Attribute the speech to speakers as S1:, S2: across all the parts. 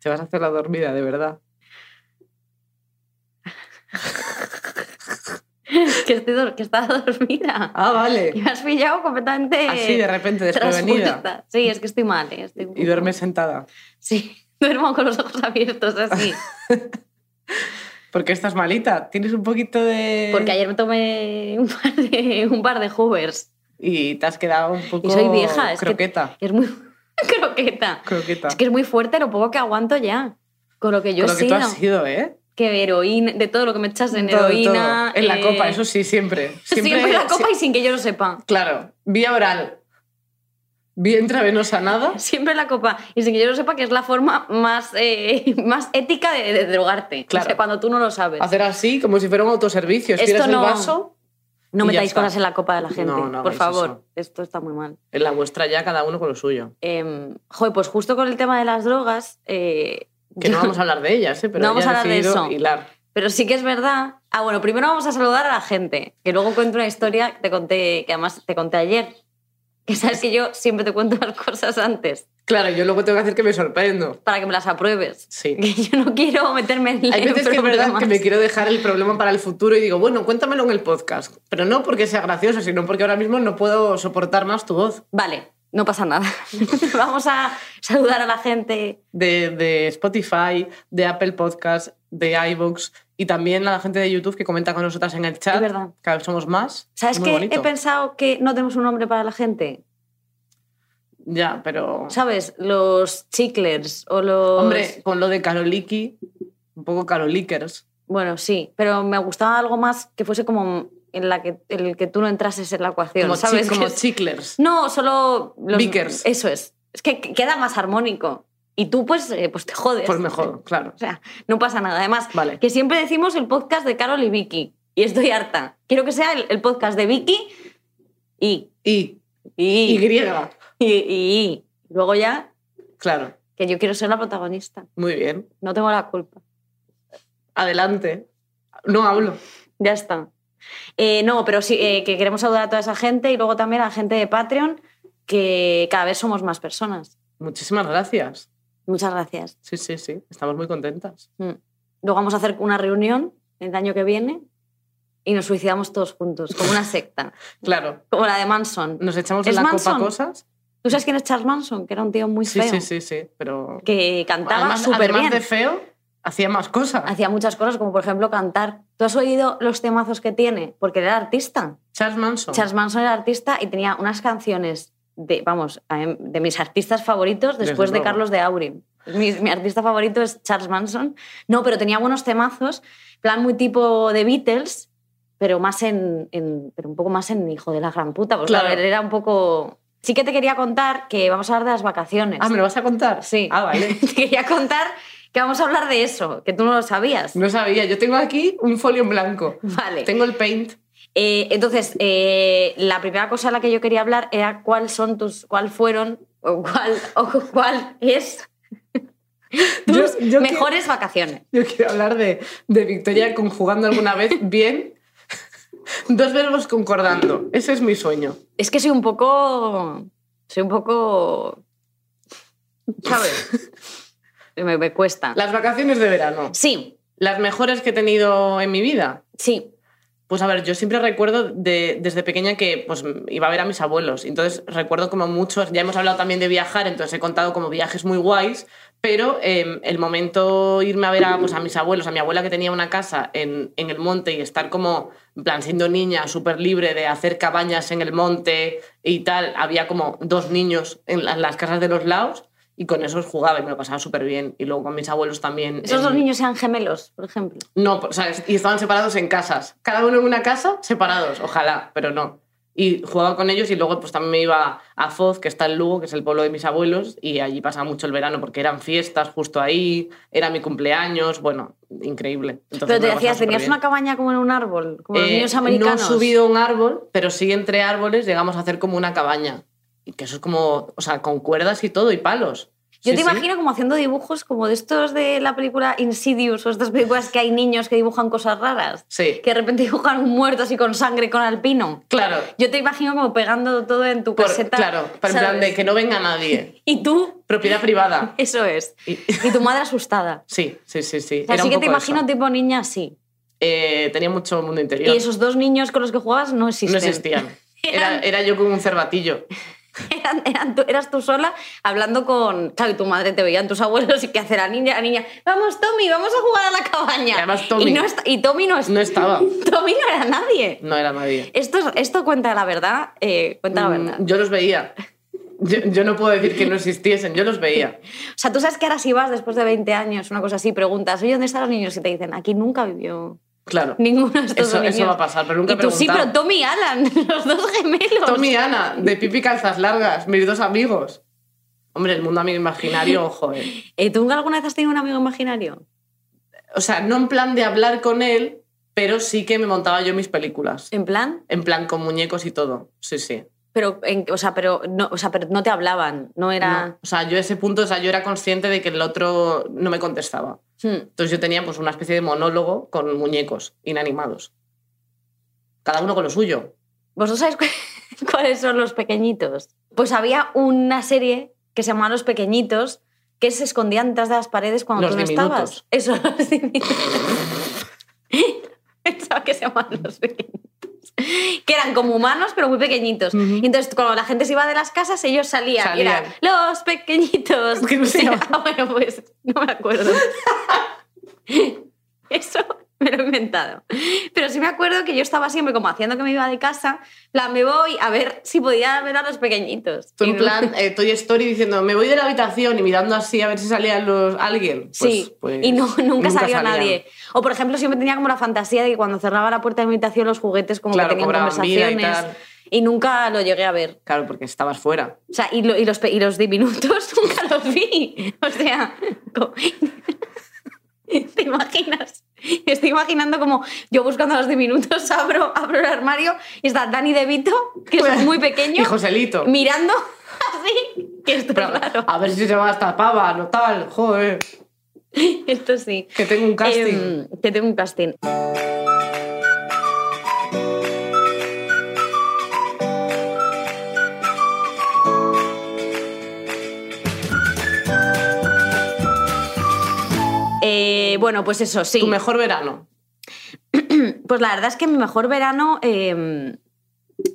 S1: Te vas a hacer la dormida, de verdad.
S2: que, estoy dor- que estaba dormida.
S1: Ah,
S2: Y
S1: vale.
S2: me has pillado completamente.
S1: Así Ah, de repente, desprevenida.
S2: traspuesta. Sí, es que estoy mal. eh, estoy un
S1: Y
S2: poco-
S1: duermes sentada.
S2: Sí, duermo con los ojos abiertos así.
S1: Eh. Porque estás malita. Tienes un poquito de.
S2: Porque ayer me tomé un par de, un par de hoovers.
S1: Y te has quedado un poco.
S2: Y soy vieja, es que-
S1: Croqueta.
S2: Es muy croqueta.
S1: Croqueta.
S2: Es que es muy fuerte lo poco que aguanto ya. Con lo que yo
S1: Con lo
S2: he
S1: que tú
S2: sido.
S1: has sido, ¿eh?
S2: Que heroína, de todo lo que me echas en
S1: Todo, todo.
S2: heroína.
S1: En la
S2: eh,
S1: copa, eso sí, siempre.
S2: Siempre,
S1: Siempre,
S2: en la copa
S1: sí-
S2: y sin que yo lo sepa.
S1: Claro, vía oral. Vía intravenosa nada.
S2: Siempre en la copa y sin que yo lo sepa, que es la forma más, eh, más ética de, de drogarte.
S1: Claro.
S2: O sea, cuando tú no lo sabes.
S1: Hacer así, como si fuera un autoservicio.
S2: Esto
S1: Estiras
S2: no-
S1: el vaso. y
S2: No
S1: ya
S2: metáis
S1: está.
S2: cosas en la copa de la gente.
S1: No, no
S2: por
S1: hagáis
S2: favor,
S1: eso.
S2: esto está muy mal.
S1: En la vuestra ya, cada uno con lo suyo.
S2: Eh, joder, pues justo con el tema de las drogas. eh,
S1: Que no
S2: yo-
S1: vamos a hablar de ellas, ¿eh? Pero
S2: No vamos
S1: ella
S2: a
S1: ha
S2: hablar de
S1: decidido
S2: eso.
S1: hilar.
S2: Pero sí que es verdad. Ah, bueno, primero vamos a saludar a la gente, que luego cuento una historia que te conté, que además te conté ayer. Que sabes que yo siempre te cuento las cosas antes,
S1: Claro, yo luego tengo que hacer que me sorprendo.
S2: para que me las apruebes.
S1: Sí.
S2: Que yo no quiero meterme en
S1: Hay veces que es verdad
S2: problemas.
S1: que me quiero dejar el problema para el futuro y digo, bueno, cuéntamelo en el podcast. Pero no porque sea gracioso, sino porque ahora mismo no puedo soportar más tu voz
S2: Vale, no pasa nada. vamos a saludar a la gente.
S1: de, de Spotify, de Apple Podcast, de iVoox y también a la gente de YouTube que comenta con nosotras en el chat.
S2: Es verdad.
S1: Cada vez somos más.
S2: ¿Sabes
S1: Muy
S2: qué?
S1: bonito.
S2: He pensado que no tenemos un nombre para la gente.
S1: Ya, pero...
S2: ¿Sabes? Los chiclers o los...
S1: Hombre, con lo de Karoliki, un poco Karolikers.
S2: Bueno, sí, pero me gustaba algo más que fuese como en la que, en el que tú no entrases en la ecuación,
S1: Como, chi-
S2: ¿sabes?
S1: como
S2: Que es-
S1: chiclers.
S2: No, solo los...
S1: Vickers.
S2: Eso es. Es que queda más armónico. Y tú, pues, eh, pues te jodes.
S1: Pues mejor, claro.
S2: O sea, no pasa nada. Además,
S1: Vale.
S2: que siempre decimos el podcast de Carol y Vicky. Y estoy harta. Quiero que sea el, el podcast de Vicky y...
S1: Y, y
S2: Y, y,
S1: griega,
S2: y- y. Luego ya,
S1: claro.
S2: que yo quiero ser la protagonista.
S1: Muy bien.
S2: No tengo la culpa.
S1: Adelante. No hablo.
S2: Ya está. Eh, no, pero sí, eh, que queremos saludar a toda esa gente y luego también a la gente de Patreon, que cada vez somos más personas.
S1: Muchísimas gracias.
S2: Muchas gracias.
S1: Sí, sí, sí. Estamos muy contentas.
S2: Mm. Luego vamos a hacer una reunión el año que viene y nos suicidamos todos juntos, como una secta,
S1: Claro.
S2: como la de Manson.
S1: Nos echamos en
S2: ¿Es
S1: la
S2: Manson?
S1: copa cosas.
S2: ¿Tú sabes quién es Charles Manson? Que era un tío muy
S1: Sí,
S2: feo,
S1: sí, sí, sí. Pero.
S2: que cantaba
S1: además
S2: súper
S1: además
S2: bien.
S1: de feo, hacía más cosas.
S2: Hacía muchas cosas, como por ejemplo cantar. ¿Tú has oído los temazos que tiene? Porque era artista.
S1: Charles Manson.
S2: Charles Manson era artista y tenía unas canciones de, vamos, a mí- de mis artistas favoritos
S1: Desde
S2: después de
S1: luego.
S2: Carlos de Auri. Mi, mi artista favorito es Charles Manson. No, pero tenía buenos temazos, plan muy tipo de Beatles, pero más en, en- pero un poco más en hijo de la gran puta, porque
S1: Claro.
S2: a ver, era un poco. Sí que te quería contar que vamos a hablar de las vacaciones.
S1: Ah, ¿me lo vas a contar?
S2: Sí.
S1: Ah, vale.
S2: te quería contar que vamos a hablar de eso, que tú no lo sabías.
S1: No sabía. Yo tengo aquí un folio en blanco.
S2: Vale.
S1: Tengo el paint.
S2: Eh, entonces, eh, la primera cosa de la que yo quería hablar era cuál son tus, cuál fueron o cuál, o cuál es tus
S1: Yo- yo
S2: mejores vacaciones.
S1: Yo quiero hablar de, de Victoria conjugando alguna vez bien dos verbos concordando. Ese es mi sueño.
S2: Es que soy un poco, soy un poco, ¿sabes? me, me cuesta.
S1: Las vacaciones de verano.
S2: Sí,
S1: Las mejores que he tenido en mi vida.
S2: sí,
S1: Pues a ver, yo siempre recuerdo de- desde pequeña que pues, iba a ver a mis abuelos. Entonces recuerdo como muchos, ya hemos hablado también de viajar, entonces he contado como viajes muy guays, pero eh, el momento irme a ver a, pues, a mis abuelos, a mi abuela que tenía una casa en, en el monte y estar como, en plan, siendo niña, súper libre de hacer cabañas en el monte y tal, había como dos niños en la- las casas de los laos y con esos jugaba y me lo pasaba súper bien. Y luego con mis abuelos también.
S2: esos
S1: en-
S2: dos niños sean gemelos, por ejemplo.
S1: no, o sea, y estaban separados en casas. Cada uno en una casa, separados, ojalá, pero no. Y jugaba con ellos y luego pues también me iba a Foz, que está en Lugo, que es el pueblo de mis abuelos, y allí pasaba mucho el verano porque eran fiestas justo ahí, era mi cumpleaños, bueno, increíble. Entonces
S2: Pero
S1: me
S2: te
S1: lo
S2: decías,
S1: pasaba
S2: tenías
S1: superbién.
S2: una cabaña como en un árbol, como los
S1: Eh,
S2: niños americanos.
S1: No subido a un árbol, pero sí entre árboles llegamos a hacer como una cabaña. Y que eso es como, o sea, con cuerdas y todo y palos.
S2: Yo
S1: Sí, sí.
S2: te imagino como haciendo dibujos como de estos de la película Insidious o estas películas que hay niños que dibujan cosas raras.
S1: Sí.
S2: Que de repente dibujan un muerto así con sangre con alpino.
S1: Claro.
S2: Yo te imagino como pegando todo en tu
S1: Por-
S2: caseta.
S1: claro, para en plan
S2: ¿sabes?
S1: de que no venga nadie.
S2: Y tú,
S1: Propiedad privada.
S2: eso es.
S1: Y-
S2: Y tu madre asustada.
S1: Sí, sí, sí, sí.
S2: O sea,
S1: Era
S2: sí
S1: un
S2: que te
S1: poco
S2: imagino
S1: eso.
S2: tipo niña así.
S1: Eh, tenía mucho mundo interior.
S2: Y esos dos niños con los que jugabas no
S1: no
S2: existen.
S1: existían. Era, era yo con un cervatillo.
S2: Eran- eran tú- eras tú sola hablando con. Claro, y tu madre te veían tus abuelos y qué hace la niña, la niña. Vamos, Tommy, vamos a jugar a la cabaña.
S1: Y además Tommy-
S2: Y, no est- y Tommy no, es-
S1: No estaba.
S2: Tommy no era nadie.
S1: No era nadie.
S2: Esto, es- esto cuenta la verdad. eh, cuenta la verdad.
S1: Mm, Yo los veía. Yo, yo no puedo decir que no existiesen, yo los veía.
S2: O sea, tú sabes que ahora si vas después de 20 años, una cosa así, preguntas, oye, ¿dónde están los niños? Y te dicen, aquí nunca vivió
S1: Claro.
S2: ninguno de estos
S1: Eso-
S2: niños.
S1: eso va a pasar, pero nunca
S2: Y tú, sí,
S1: preguntaba.
S2: pero Tommy y Alan, los dos gemelos.
S1: Tommy y Ana, de pipi calzas largas, mis dos amigos. Hombre, el mundo amigo imaginario, ojo, eh.
S2: Eh, ¿Tú alguna vez has tenido un amigo imaginario?
S1: O sea, no en plan de hablar con él, pero sí que me montaba yo mis películas.
S2: En plan,
S1: En plan con muñecos y todo. Sí, sí.
S2: Pero, en- o, sea, pero no, o sea, pero no te hablaban, no
S1: No.
S2: era...
S1: O sea, yo a ese punto, o sea, yo era consciente de que el otro no me contestaba.
S2: Hmm.
S1: Entonces yo tenía pues una especie de monólogo con muñecos inanimados. Cada uno con lo suyo.
S2: ¿Vosotros sabéis cu- cuáles son los pequeñitos? Pues había una serie que se llamaba Los Pequeñitos que se escondían detrás de las paredes cuando
S1: Los
S2: tú no
S1: diminutos.
S2: estabas. Eso, los diminutos. Pensaba que se llamaban Los Pequeñitos. Que eran como humanos, pero muy pequeñitos.
S1: Ujú.
S2: Y entonces, cuando la gente se iba de las casas, ellos salían. y
S1: Salían.
S2: eran, los pequeñitos.
S1: Es que no se
S2: Sí,
S1: llama.
S2: ah, bueno, pues no me acuerdo. Eso me lo he inventado. Pero sí me acuerdo que yo estaba siempre como haciendo que me iba de casa, en plan, me voy a ver si podía ver a los pequeñitos.
S1: Tú
S2: Y
S1: en
S2: no-
S1: plan eh, Toy Story diciendo, me voy de la habitación y mirando así a ver si salía los, alguien. Pues,
S2: sí,
S1: pues,
S2: y no, nunca, salió
S1: salían.
S2: nadie. O, por ejemplo, siempre tenía como la fantasía de que cuando cerraba la puerta de mi habitación los juguetes como
S1: Claro,
S2: que tenían
S1: cobraban vida y
S2: conversaciones.
S1: tal.
S2: y nunca lo llegué a ver.
S1: Claro, porque estabas fuera.
S2: O sea, y, lo- y los, pe- y los diminutos nunca los vi. O sea, co- ¿te imaginas? Me estoy imaginando como yo buscando a los diminutos, abro, abro el armario y está Dani De Vito, que
S1: Pues,
S2: es muy pequeño,
S1: Y Joselito.
S2: mirando así. Que esto
S1: Pero,
S2: es raro.
S1: a ver si se va esta pava, no tal, joder,
S2: Esto sí.
S1: que tengo un casting.
S2: Em, que tengo un casting. Eh, bueno, pues eso, sí.
S1: Tu mejor verano.
S2: Pues la verdad es que mi mejor verano em,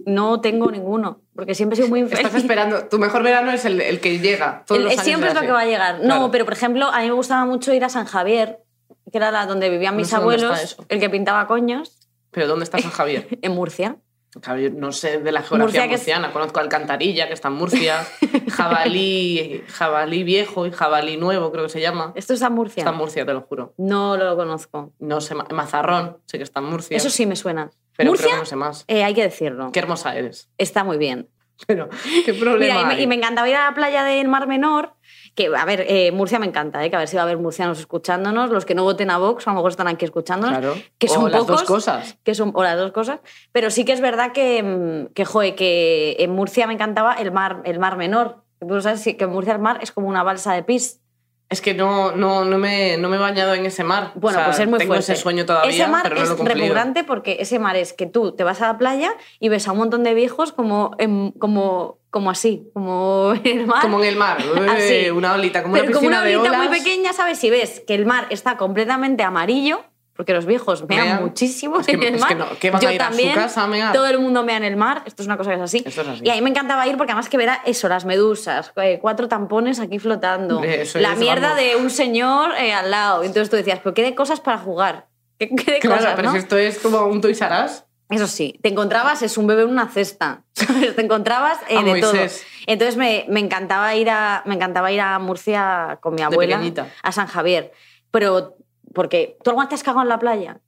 S2: no tengo ninguno, porque siempre he sido muy infeliz.
S1: Estás esperando. Tu mejor verano es el, el que llega. Todos
S2: El- eh,
S1: los años
S2: siempre es lo
S1: así.
S2: que va a llegar. No,
S1: Claro.
S2: pero por ejemplo, a mí me gustaba mucho ir a San Javier, que era la donde vivían
S1: No
S2: mis
S1: sé dónde está
S2: abuelos,
S1: eso.
S2: el que pintaba coños,
S1: Pero ¿dónde está San Javier?
S2: en Murcia.
S1: Javier, no sé de la geografía
S2: Murcia, que es-
S1: murciana. Conozco Alcantarilla, que está en Murcia. Jabalí, jabalí viejo y jabalí nuevo, creo que se llama.
S2: Esto está en Murcia.
S1: Está en Murcia, te lo juro.
S2: No lo conozco.
S1: No sé, ma- Mazarrón, sé que está en Murcia.
S2: Eso sí me suena.
S1: Pero creo
S2: Murcia,
S1: que no sé más.
S2: eh, hay que decirlo,
S1: Qué hermosa eres.
S2: está muy bien.
S1: Pero, ¿qué problema
S2: Mira, y me,
S1: hay?
S2: y me encantaba ir a la playa del Mar Menor, que, a ver, eh, Murcia me encanta, eh, que a ver si va a haber murcianos escuchándonos, los que no voten a Vox, a lo mejor están aquí escuchándonos,
S1: Claro.
S2: que son
S1: o las
S2: pocos.
S1: dos cosas.
S2: que son o las dos cosas, pero sí que es verdad que, mm, que, joe, que en Murcia me encantaba el mar, el mar menor. Tú sabes que en Murcia el mar es como una balsa de pis.
S1: Es que no, no, no, me, no me he bañado en ese mar.
S2: Bueno,
S1: O sea,
S2: pues es muy
S1: tengo
S2: fuerte.
S1: ese sueño todavía,
S2: Ese mar
S1: pero no
S2: es
S1: lo he cumplido.
S2: repugnante porque ese mar es que tú te vas a la playa y ves a un montón de viejos como, en- como, como así, como en el mar.
S1: Como en el mar.
S2: Así.
S1: eh, Una olita, como una
S2: Ah, pero como
S1: piscina
S2: una
S1: de
S2: orillita muy
S1: olas.
S2: pequeña, ¿sabes? Si ves que el mar está completamente amarillo, porque los viejos mean,
S1: Mean.
S2: muchísimo
S1: Es que-
S2: en el
S1: es
S2: mar.
S1: que no, ¿qué van
S2: Yo
S1: a ir a su
S2: también,
S1: casa a mear?
S2: Todo el mundo mea en el mar, esto es una cosa que es así.
S1: Esto es así.
S2: Y a mí me encantaba ir porque además que verá eso, las medusas, eh, cuatro tampones aquí flotando,
S1: Hombre, eso
S2: la
S1: es,
S2: mierda
S1: vamos.
S2: de un señor eh, al lado. Entonces tú decías, pero qué de cosas para jugar. ¿Qué, qué de
S1: Claro,
S2: cosas,
S1: pero
S2: ¿no?
S1: si esto es como un Toys R Us.
S2: Eso sí, te encontrabas, es un bebé en una cesta. ¿sabes? te encontrabas eh,
S1: A
S2: de todo.
S1: Ah, Moisés.
S2: Entonces me, me encantaba ir a, me encantaba ir a Murcia con mi abuela,
S1: pequeñita.
S2: a San Javier. Pero, porque tú alguna vez te has cagado en la playa,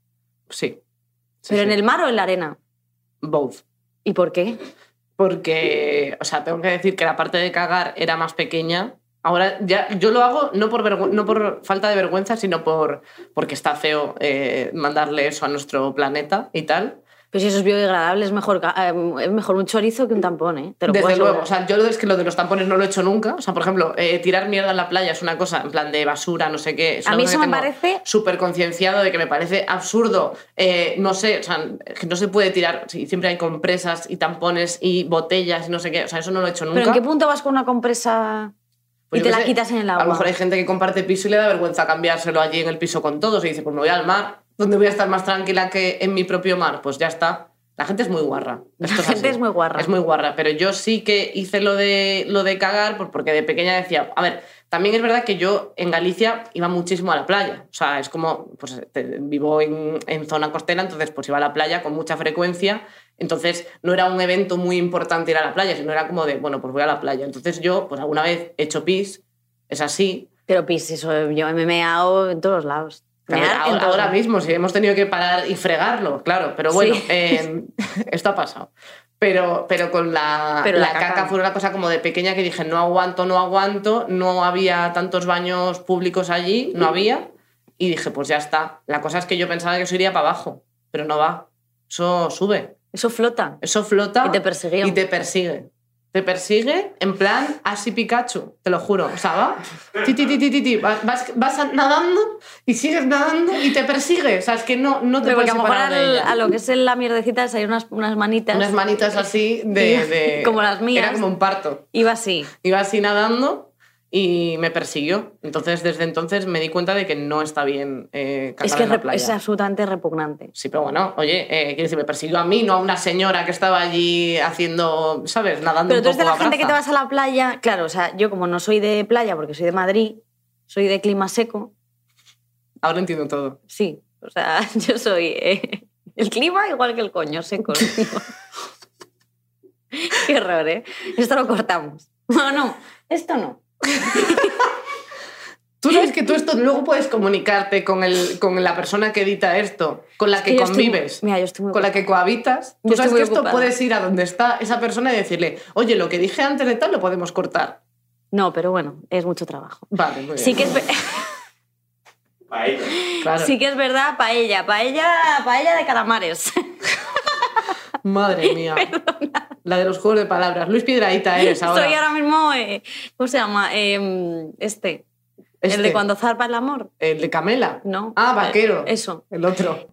S1: Sí. Sí,
S2: pero en
S1: sí.
S2: el mar o en la arena.
S1: Both.
S2: ¿Y por qué?
S1: Porque, o sea, tengo que decir que la parte de cagar era más pequeña. Ahora ya yo lo hago no por, vergü- no por falta de vergüenza, sino por porque está feo eh, mandarle eso a nuestro planeta y tal.
S2: Pero si eso es biodegradable, es mejor, ca- eh, es mejor un chorizo que un tampón, ¿eh? Te lo puedo
S1: Desde
S2: asegurar.
S1: luego, o sea, yo lo de- es que lo de los tampones no lo he hecho nunca. O sea, por ejemplo, eh, tirar mierda en la playa es una cosa, en plan de basura, no sé qué. es
S2: A
S1: una
S2: mí
S1: cosa
S2: eso
S1: que
S2: me
S1: tengo
S2: parece-
S1: Súper concienciado de que me parece absurdo. Eh, no sé, o sea, que no se puede tirar. sí, siempre hay compresas y tampones y botellas y no sé qué. O sea, eso no lo he hecho nunca.
S2: ¿Pero en qué punto vas con una compresa
S1: Pues yo
S2: y te
S1: qué
S2: la
S1: sé,
S2: quitas en el
S1: A lo mejor
S2: agua?
S1: hay gente que comparte piso y le da vergüenza cambiárselo allí en el piso con todos y dice, pues me voy al mar, ¿dónde voy a estar más tranquila que en mi propio mar? Pues ya está. La gente es muy guarra. Esto
S2: La gente
S1: así.
S2: es muy guarra.
S1: Es muy guarra, pero yo sí que hice lo de, lo de cagar pues porque de pequeña decía, a ver, también es verdad que yo en Galicia iba muchísimo a la playa. O sea, es como, pues te- vivo en, en zona costera, entonces pues iba a la playa con mucha frecuencia. Entonces no era un evento muy importante ir a la playa, sino era como de, bueno, pues voy a la playa. Entonces yo, pues alguna vez he hecho pis, es así.
S2: Pero pis, eso yo me he meado en todos los lados.
S1: A ver,
S2: Mear en
S1: ahora,
S2: todos
S1: ahora
S2: lados.
S1: mismo, si hemos tenido que parar y fregarlo, claro, pero bueno,
S2: Sí.
S1: eh, esto ha pasado. Pero, pero con la,
S2: Pero
S1: la
S2: la
S1: caca,
S2: caca.
S1: fue una cosa como de pequeña que dije, no aguanto, no aguanto, no había tantos baños públicos allí, no había, y dije, pues ya está. La cosa es que yo pensaba que eso iría para abajo, pero no va, eso sube,
S2: Eso flota.
S1: eso flota
S2: Y te persiguió.
S1: y te persigue. Te persigue en plan así Pikachu, te lo juro. O sea, va. Ti, ti, ti, ti, ti, ti. Va- Vas, vas nadando y sigues nadando y te persigue. O sea, es que no, no te
S2: Pero porque
S1: puedes
S2: a lo mejor
S1: separar de
S2: al-
S1: ella.
S2: a lo que es la mierdecita hay unas, unas manitas.
S1: Unas manitas así de,
S2: Y-
S1: de-
S2: como las mías.
S1: Era como un parto.
S2: Iba así.
S1: Iba así nadando y me persiguió. Entonces, desde entonces me di cuenta de que no está bien eh, cagar
S2: Es que
S1: en la
S2: es rep-
S1: playa.
S2: es absolutamente repugnante.
S1: Sí, pero bueno, oye, eh, quiero decir, me persiguió a mí, no a una señora que estaba allí haciendo, ¿sabes? Nadando
S2: Pero
S1: un
S2: tú eres
S1: poco
S2: de la
S1: a
S2: gente que te
S1: braza.
S2: vas a la playa. Claro, o sea, yo como no soy de playa porque soy de Madrid, soy de clima seco,
S1: Ahora entiendo todo.
S2: sí. O sea, yo soy eh, el clima igual que el coño, seco. lo digo. Qué horror, ¿eh? Esto lo cortamos. No, no, esto no.
S1: Tú sabes que tú esto luego puedes comunicarte con, el, con la persona que edita esto, con la que
S2: Yo estoy-
S1: convives,
S2: mira, yo estoy muy
S1: con la que cohabitas. Tú
S2: Yo estoy
S1: sabes
S2: muy
S1: que esto
S2: ocupada.
S1: puedes ir a donde está esa persona y decirle, oye, lo que dije antes de tal lo podemos cortar.
S2: No, pero bueno, es mucho trabajo.
S1: Vale, muy
S2: Sí
S1: bien.
S2: que, es, ver-
S3: Paella.
S1: Claro.
S2: sí que es verdad, paella, paella, paella de calamares.
S1: Madre mía. La de los juegos de palabras. Luis Piedraíta eres ahora.
S2: Soy ahora mismo, eh, ¿cómo se llama? Eh, este, el de
S1: Este,
S2: cuando zarpa el amor,
S1: el de Camela.
S2: ¿no?
S1: Ah, vaquero.
S2: Eh, Eso.
S1: El otro.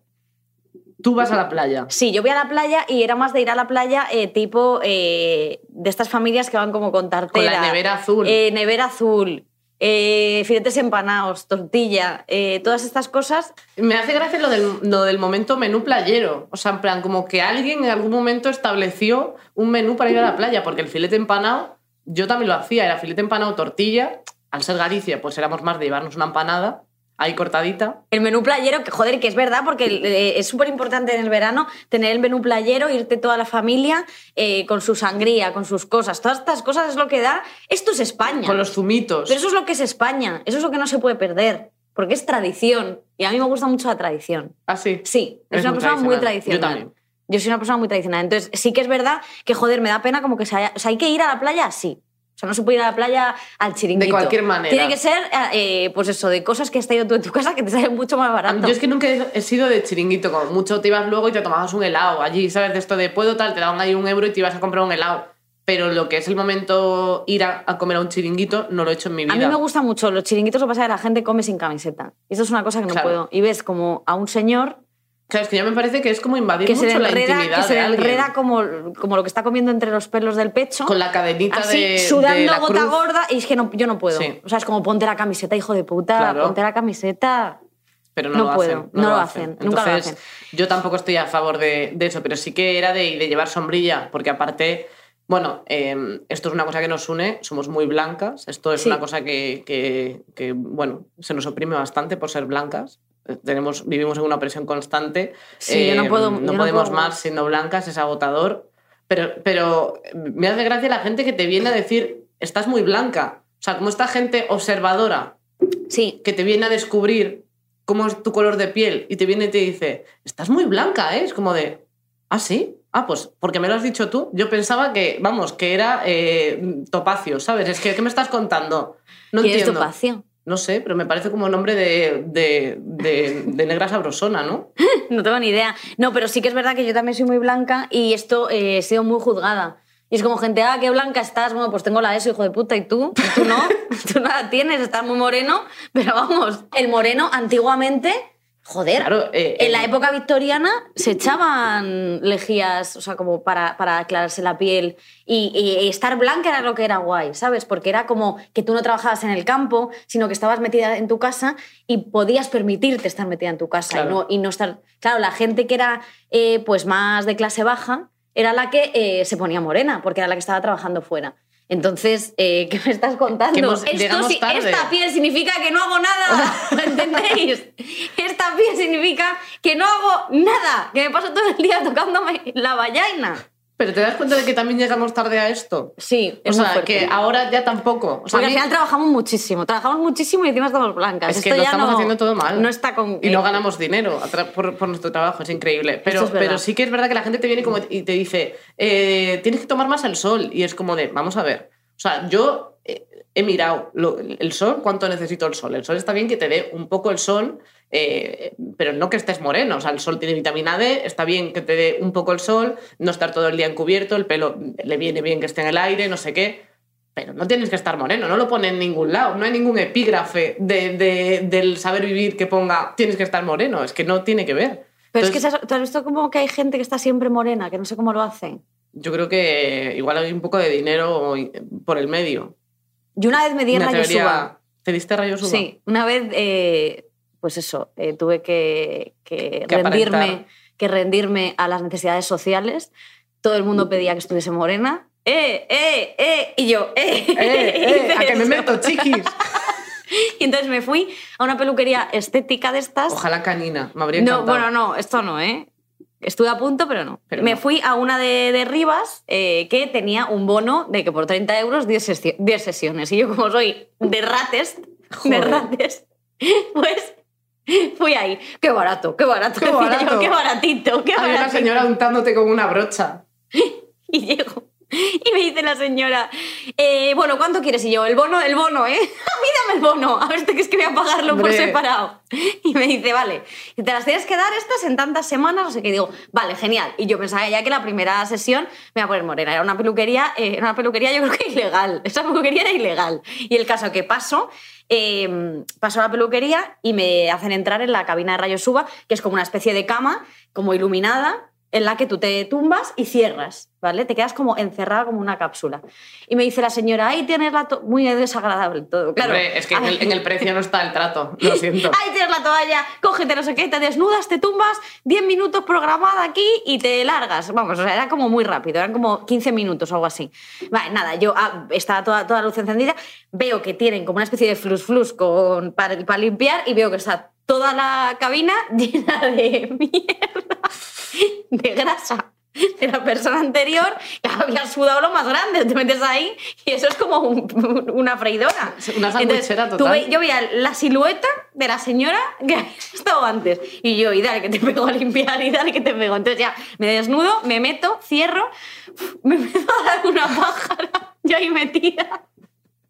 S1: Tú vas a la playa.
S2: Sí, yo voy a la playa y era más de ir a la playa eh, tipo eh, de estas familias que van como con
S1: Con
S2: tartera.
S1: la nevera azul.
S2: eh, nevera azul, eh, filetes empanados, tortilla, eh, todas estas cosas.
S1: Me hace gracia lo del, lo del momento menú playero. O sea, en plan, como que alguien en algún momento estableció un menú para ir a la playa, porque el filete empanado, yo también lo hacía, era filete empanado, tortilla. Al ser Galicia, pues éramos más de llevarnos una empanada ahí cortadita.
S2: El menú playero, que joder, que es verdad, porque eh, es súper importante en el verano tener el menú playero, irte toda la familia eh, con su sangría, con sus cosas. Todas estas cosas es lo que da. Esto es España.
S1: Con los zumitos.
S2: Pero eso es lo que es España, eso es lo que no se puede perder, porque es tradición. Y a mí me gusta mucho la tradición.
S1: Así.
S2: Sí, es
S1: Eres
S2: una
S1: muy
S2: persona muy tradicional.
S1: tradicional. Yo también.
S2: Yo soy una persona muy tradicional. Entonces, sí que es verdad que, joder, me da pena como que se haya... O sea, hay que ir a la playa así. O sea, no se puede ir a la playa al chiringuito.
S1: De cualquier manera.
S2: Tiene que ser, eh, pues eso, de cosas que has traído tú en tu casa que te salen mucho más barato.
S1: Yo es que nunca he sido de chiringuito, como mucho te ibas luego y te tomabas un helado. Allí, ¿sabes? De esto de puedo tal, te daban ahí un euro y te ibas a comprar un helado. Pero lo que es el momento ir a, a comer a un chiringuito, no lo he hecho en mi vida.
S2: A mí me gusta mucho los chiringuitos, lo que pasa es que la gente come sin camiseta. Y eso es una cosa que no
S1: Claro.
S2: puedo. Y ves como a un señor
S1: Claro, es que ya me parece que es como invadir
S2: que
S1: mucho
S2: se le
S1: la
S2: enreda,
S1: intimidad
S2: que se
S1: de
S2: le
S1: alguien.
S2: enreda como, como lo que está comiendo entre los pelos del pecho.
S1: con la cadenita
S2: así,
S1: de
S2: sudando
S1: de la
S2: gota
S1: cruz.
S2: gorda y es que no, yo no puedo.
S1: Sí.
S2: O sea, es como ponte la camiseta, hijo de puta,
S1: Claro.
S2: ponte la camiseta.
S1: pero no,
S2: No
S1: lo
S2: puedo,
S1: hacen,
S2: no lo hacen, nunca lo
S1: Entonces, Yo tampoco estoy a favor de, de eso, pero sí que era de, de llevar sombrilla, porque aparte, bueno, eh, esto es una cosa que nos une, somos muy blancas, esto es
S2: Sí.
S1: una cosa que, que- que, bueno, se nos oprime bastante por ser blancas. Eh, Tenemos, vivimos en una opresión constante. em,
S2: Sí, yo Em, no puedo- yo no
S1: podemos
S2: puedo más.
S1: más siendo blancas, es agotador. Pero, pero me hace gracia la gente que te viene a decir, estás muy blanca. O sea, como esta gente observadora,
S2: Sí,
S1: que te viene a descubrir cómo es tu color de piel y te viene y te dice, estás muy blanca, ¿eh? Es como de, ah, sí, ah, pues porque me lo has dicho tú. Yo pensaba que, vamos, que era eh, topacio, ¿sabes? Es que, ¿qué me estás contando? No
S2: ¿quieres tu
S1: entiendo.
S2: espacio?
S1: No sé, pero me parece como nombre de, de, de, de negra sabrosona, ¿no?
S2: No tengo ni idea. No, pero sí que es verdad que yo también soy muy blanca y esto eh, he sido muy juzgada. Y es como gente, ah, qué blanca estás. Bueno, pues tengo la ESO, hijo de puta, y tú, ¿Y tú no, tú nada tienes, estás muy moreno. Pero vamos, el moreno antiguamente, joder,
S1: Claro, eh,
S2: en
S1: eh,
S2: la época victoriana se echaban lejías, o sea, como para, para aclararse la piel. Y, y estar blanca era lo que era guay, ¿sabes? Porque era como que tú no trabajabas en el campo, sino que estabas metida en tu casa y podías permitirte estar metida en tu casa y,
S1: Claro.
S2: no, y no estar... Claro, la gente que era eh, pues más de clase baja era la que eh, se ponía morena, porque era la que estaba trabajando fuera. Entonces, eh, ¿qué me estás contando?
S1: Que hemos-
S2: Esto,
S1: llegamos
S2: sí-
S1: tarde.
S2: esta piel significa que no hago nada, ¿lo entendéis? Esta piel significa que no hago nada, que me paso todo el día tocándome la vallaina.
S1: Pero te das cuenta de que también llegamos tarde a esto.
S2: Sí,
S1: O
S2: es muy
S1: sea,
S2: fuerte.
S1: que ahora ya tampoco. O sea,
S2: Porque
S1: a
S2: al
S1: mí-
S2: final trabajamos muchísimo, trabajamos muchísimo y encima estamos blancas.
S1: Es que
S2: Esto
S1: lo
S2: ya
S1: estamos
S2: no-
S1: haciendo todo mal.
S2: No está con. eh,
S1: Y no ganamos dinero a tra- por, por nuestro trabajo, es increíble. Pero,
S2: es verdad.
S1: pero sí que es verdad que la gente te viene como y te dice, eh, tienes que tomar más el sol. Y es como de, vamos a ver. O sea, yo eh, he mirado lo- el sol, cuánto necesito el sol. El sol está bien que te dé un poco el sol, eh, pero no que estés moreno. O sea, el sol tiene vitamina D, está bien que te dé un poco el sol, no estar todo el día encubierto, el pelo le viene bien que esté en el aire, no sé qué. Pero no tienes que estar moreno, no lo pone en ningún lado. No hay ningún epígrafe de- de- del saber vivir que ponga tienes que estar moreno. Es que no tiene que ver.
S2: Pero
S1: Entonces,
S2: es que ¿sabes- tú has visto como que hay gente que está siempre morena, que no sé cómo lo hacen.
S1: Yo creo que igual hay un poco de dinero por el medio.
S2: Yo una vez me di en
S1: Una
S2: la
S1: teoría-
S2: Yosuba.
S1: ¿Te diste rayos uva?
S2: Sí, una vez, eh, pues eso, eh, tuve que, que
S1: Que
S2: rendirme,
S1: aparentar.
S2: que rendirme a las necesidades sociales. Todo el mundo pedía que estuviese morena. ¡Eh, eh, eh! Y yo, ¡eh!
S1: ¡Eh, eh! ¡A que me
S2: Eso.
S1: meto, chiquis!
S2: Y entonces me fui a una peluquería estética de estas.
S1: Ojalá canina, me habría
S2: No,
S1: encantado.
S2: bueno, no, esto no, ¿eh? Estuve a punto, pero no.
S1: Pero
S2: me
S1: no.
S2: fui a una de, de Rivas eh, que tenía un bono de que por 30 euros 10, sesi- 10 sesiones. Y yo, como soy de rates,
S1: Joder.
S2: de rates, pues fui ahí. Qué barato, qué barato.
S1: Qué
S2: decía yo,
S1: barato.
S2: qué baratito, qué
S1: Había una
S2: baratito.
S1: señora untándote con una brocha.
S2: Y llego. Y me dice la señora, eh, bueno, ¿cuánto quieres? Y yo, el bono, el bono, ¿eh? A mí dame el bono, a ver, ¿te crees que voy a pagarlo por
S1: Hombre.
S2: separado? Y me dice, vale, y te las tienes que dar estas en tantas semanas, no sé qué. Y digo, vale, genial. Y yo pensaba ya que la primera sesión me iba a poner morena. Era una peluquería, eh, era una peluquería yo creo que ilegal. Esa peluquería era ilegal. Y el caso que paso, eh, paso a la peluquería y me hacen entrar en la cabina de rayos UVA, que es como una especie de cama, como iluminada, en la que tú te tumbas y cierras, ¿vale? Te quedas como encerrada como una cápsula. Y me dice la señora, ahí tienes la... to-". Muy desagradable todo, claro.
S1: Hombre, es que en el, en el precio no está el trato, lo siento.
S2: Ahí tienes la toalla, cógete no sé qué, te desnudas, te tumbas, 10 minutos programada aquí y te largas. Vamos, o sea, era como muy rápido, eran como 15 minutos o algo así. Vale, nada, yo ah, estaba toda, toda la luz encendida, veo que tienen como una especie de flus-flus con- para, para limpiar y veo que está toda la cabina llena de mierda, de grasa de la persona anterior que había sudado lo más grande, te metes ahí y eso es como un- un- una freidora.
S1: Una sandwichera
S2: Entonces, tú
S1: total.
S2: ve- yo veía la silueta de la señora que había estado antes. Y yo, y dale que te pego a limpiar, y dale que te pego. Entonces ya me desnudo, me meto, cierro, me empezó a dar una pájara, yo ahí metida.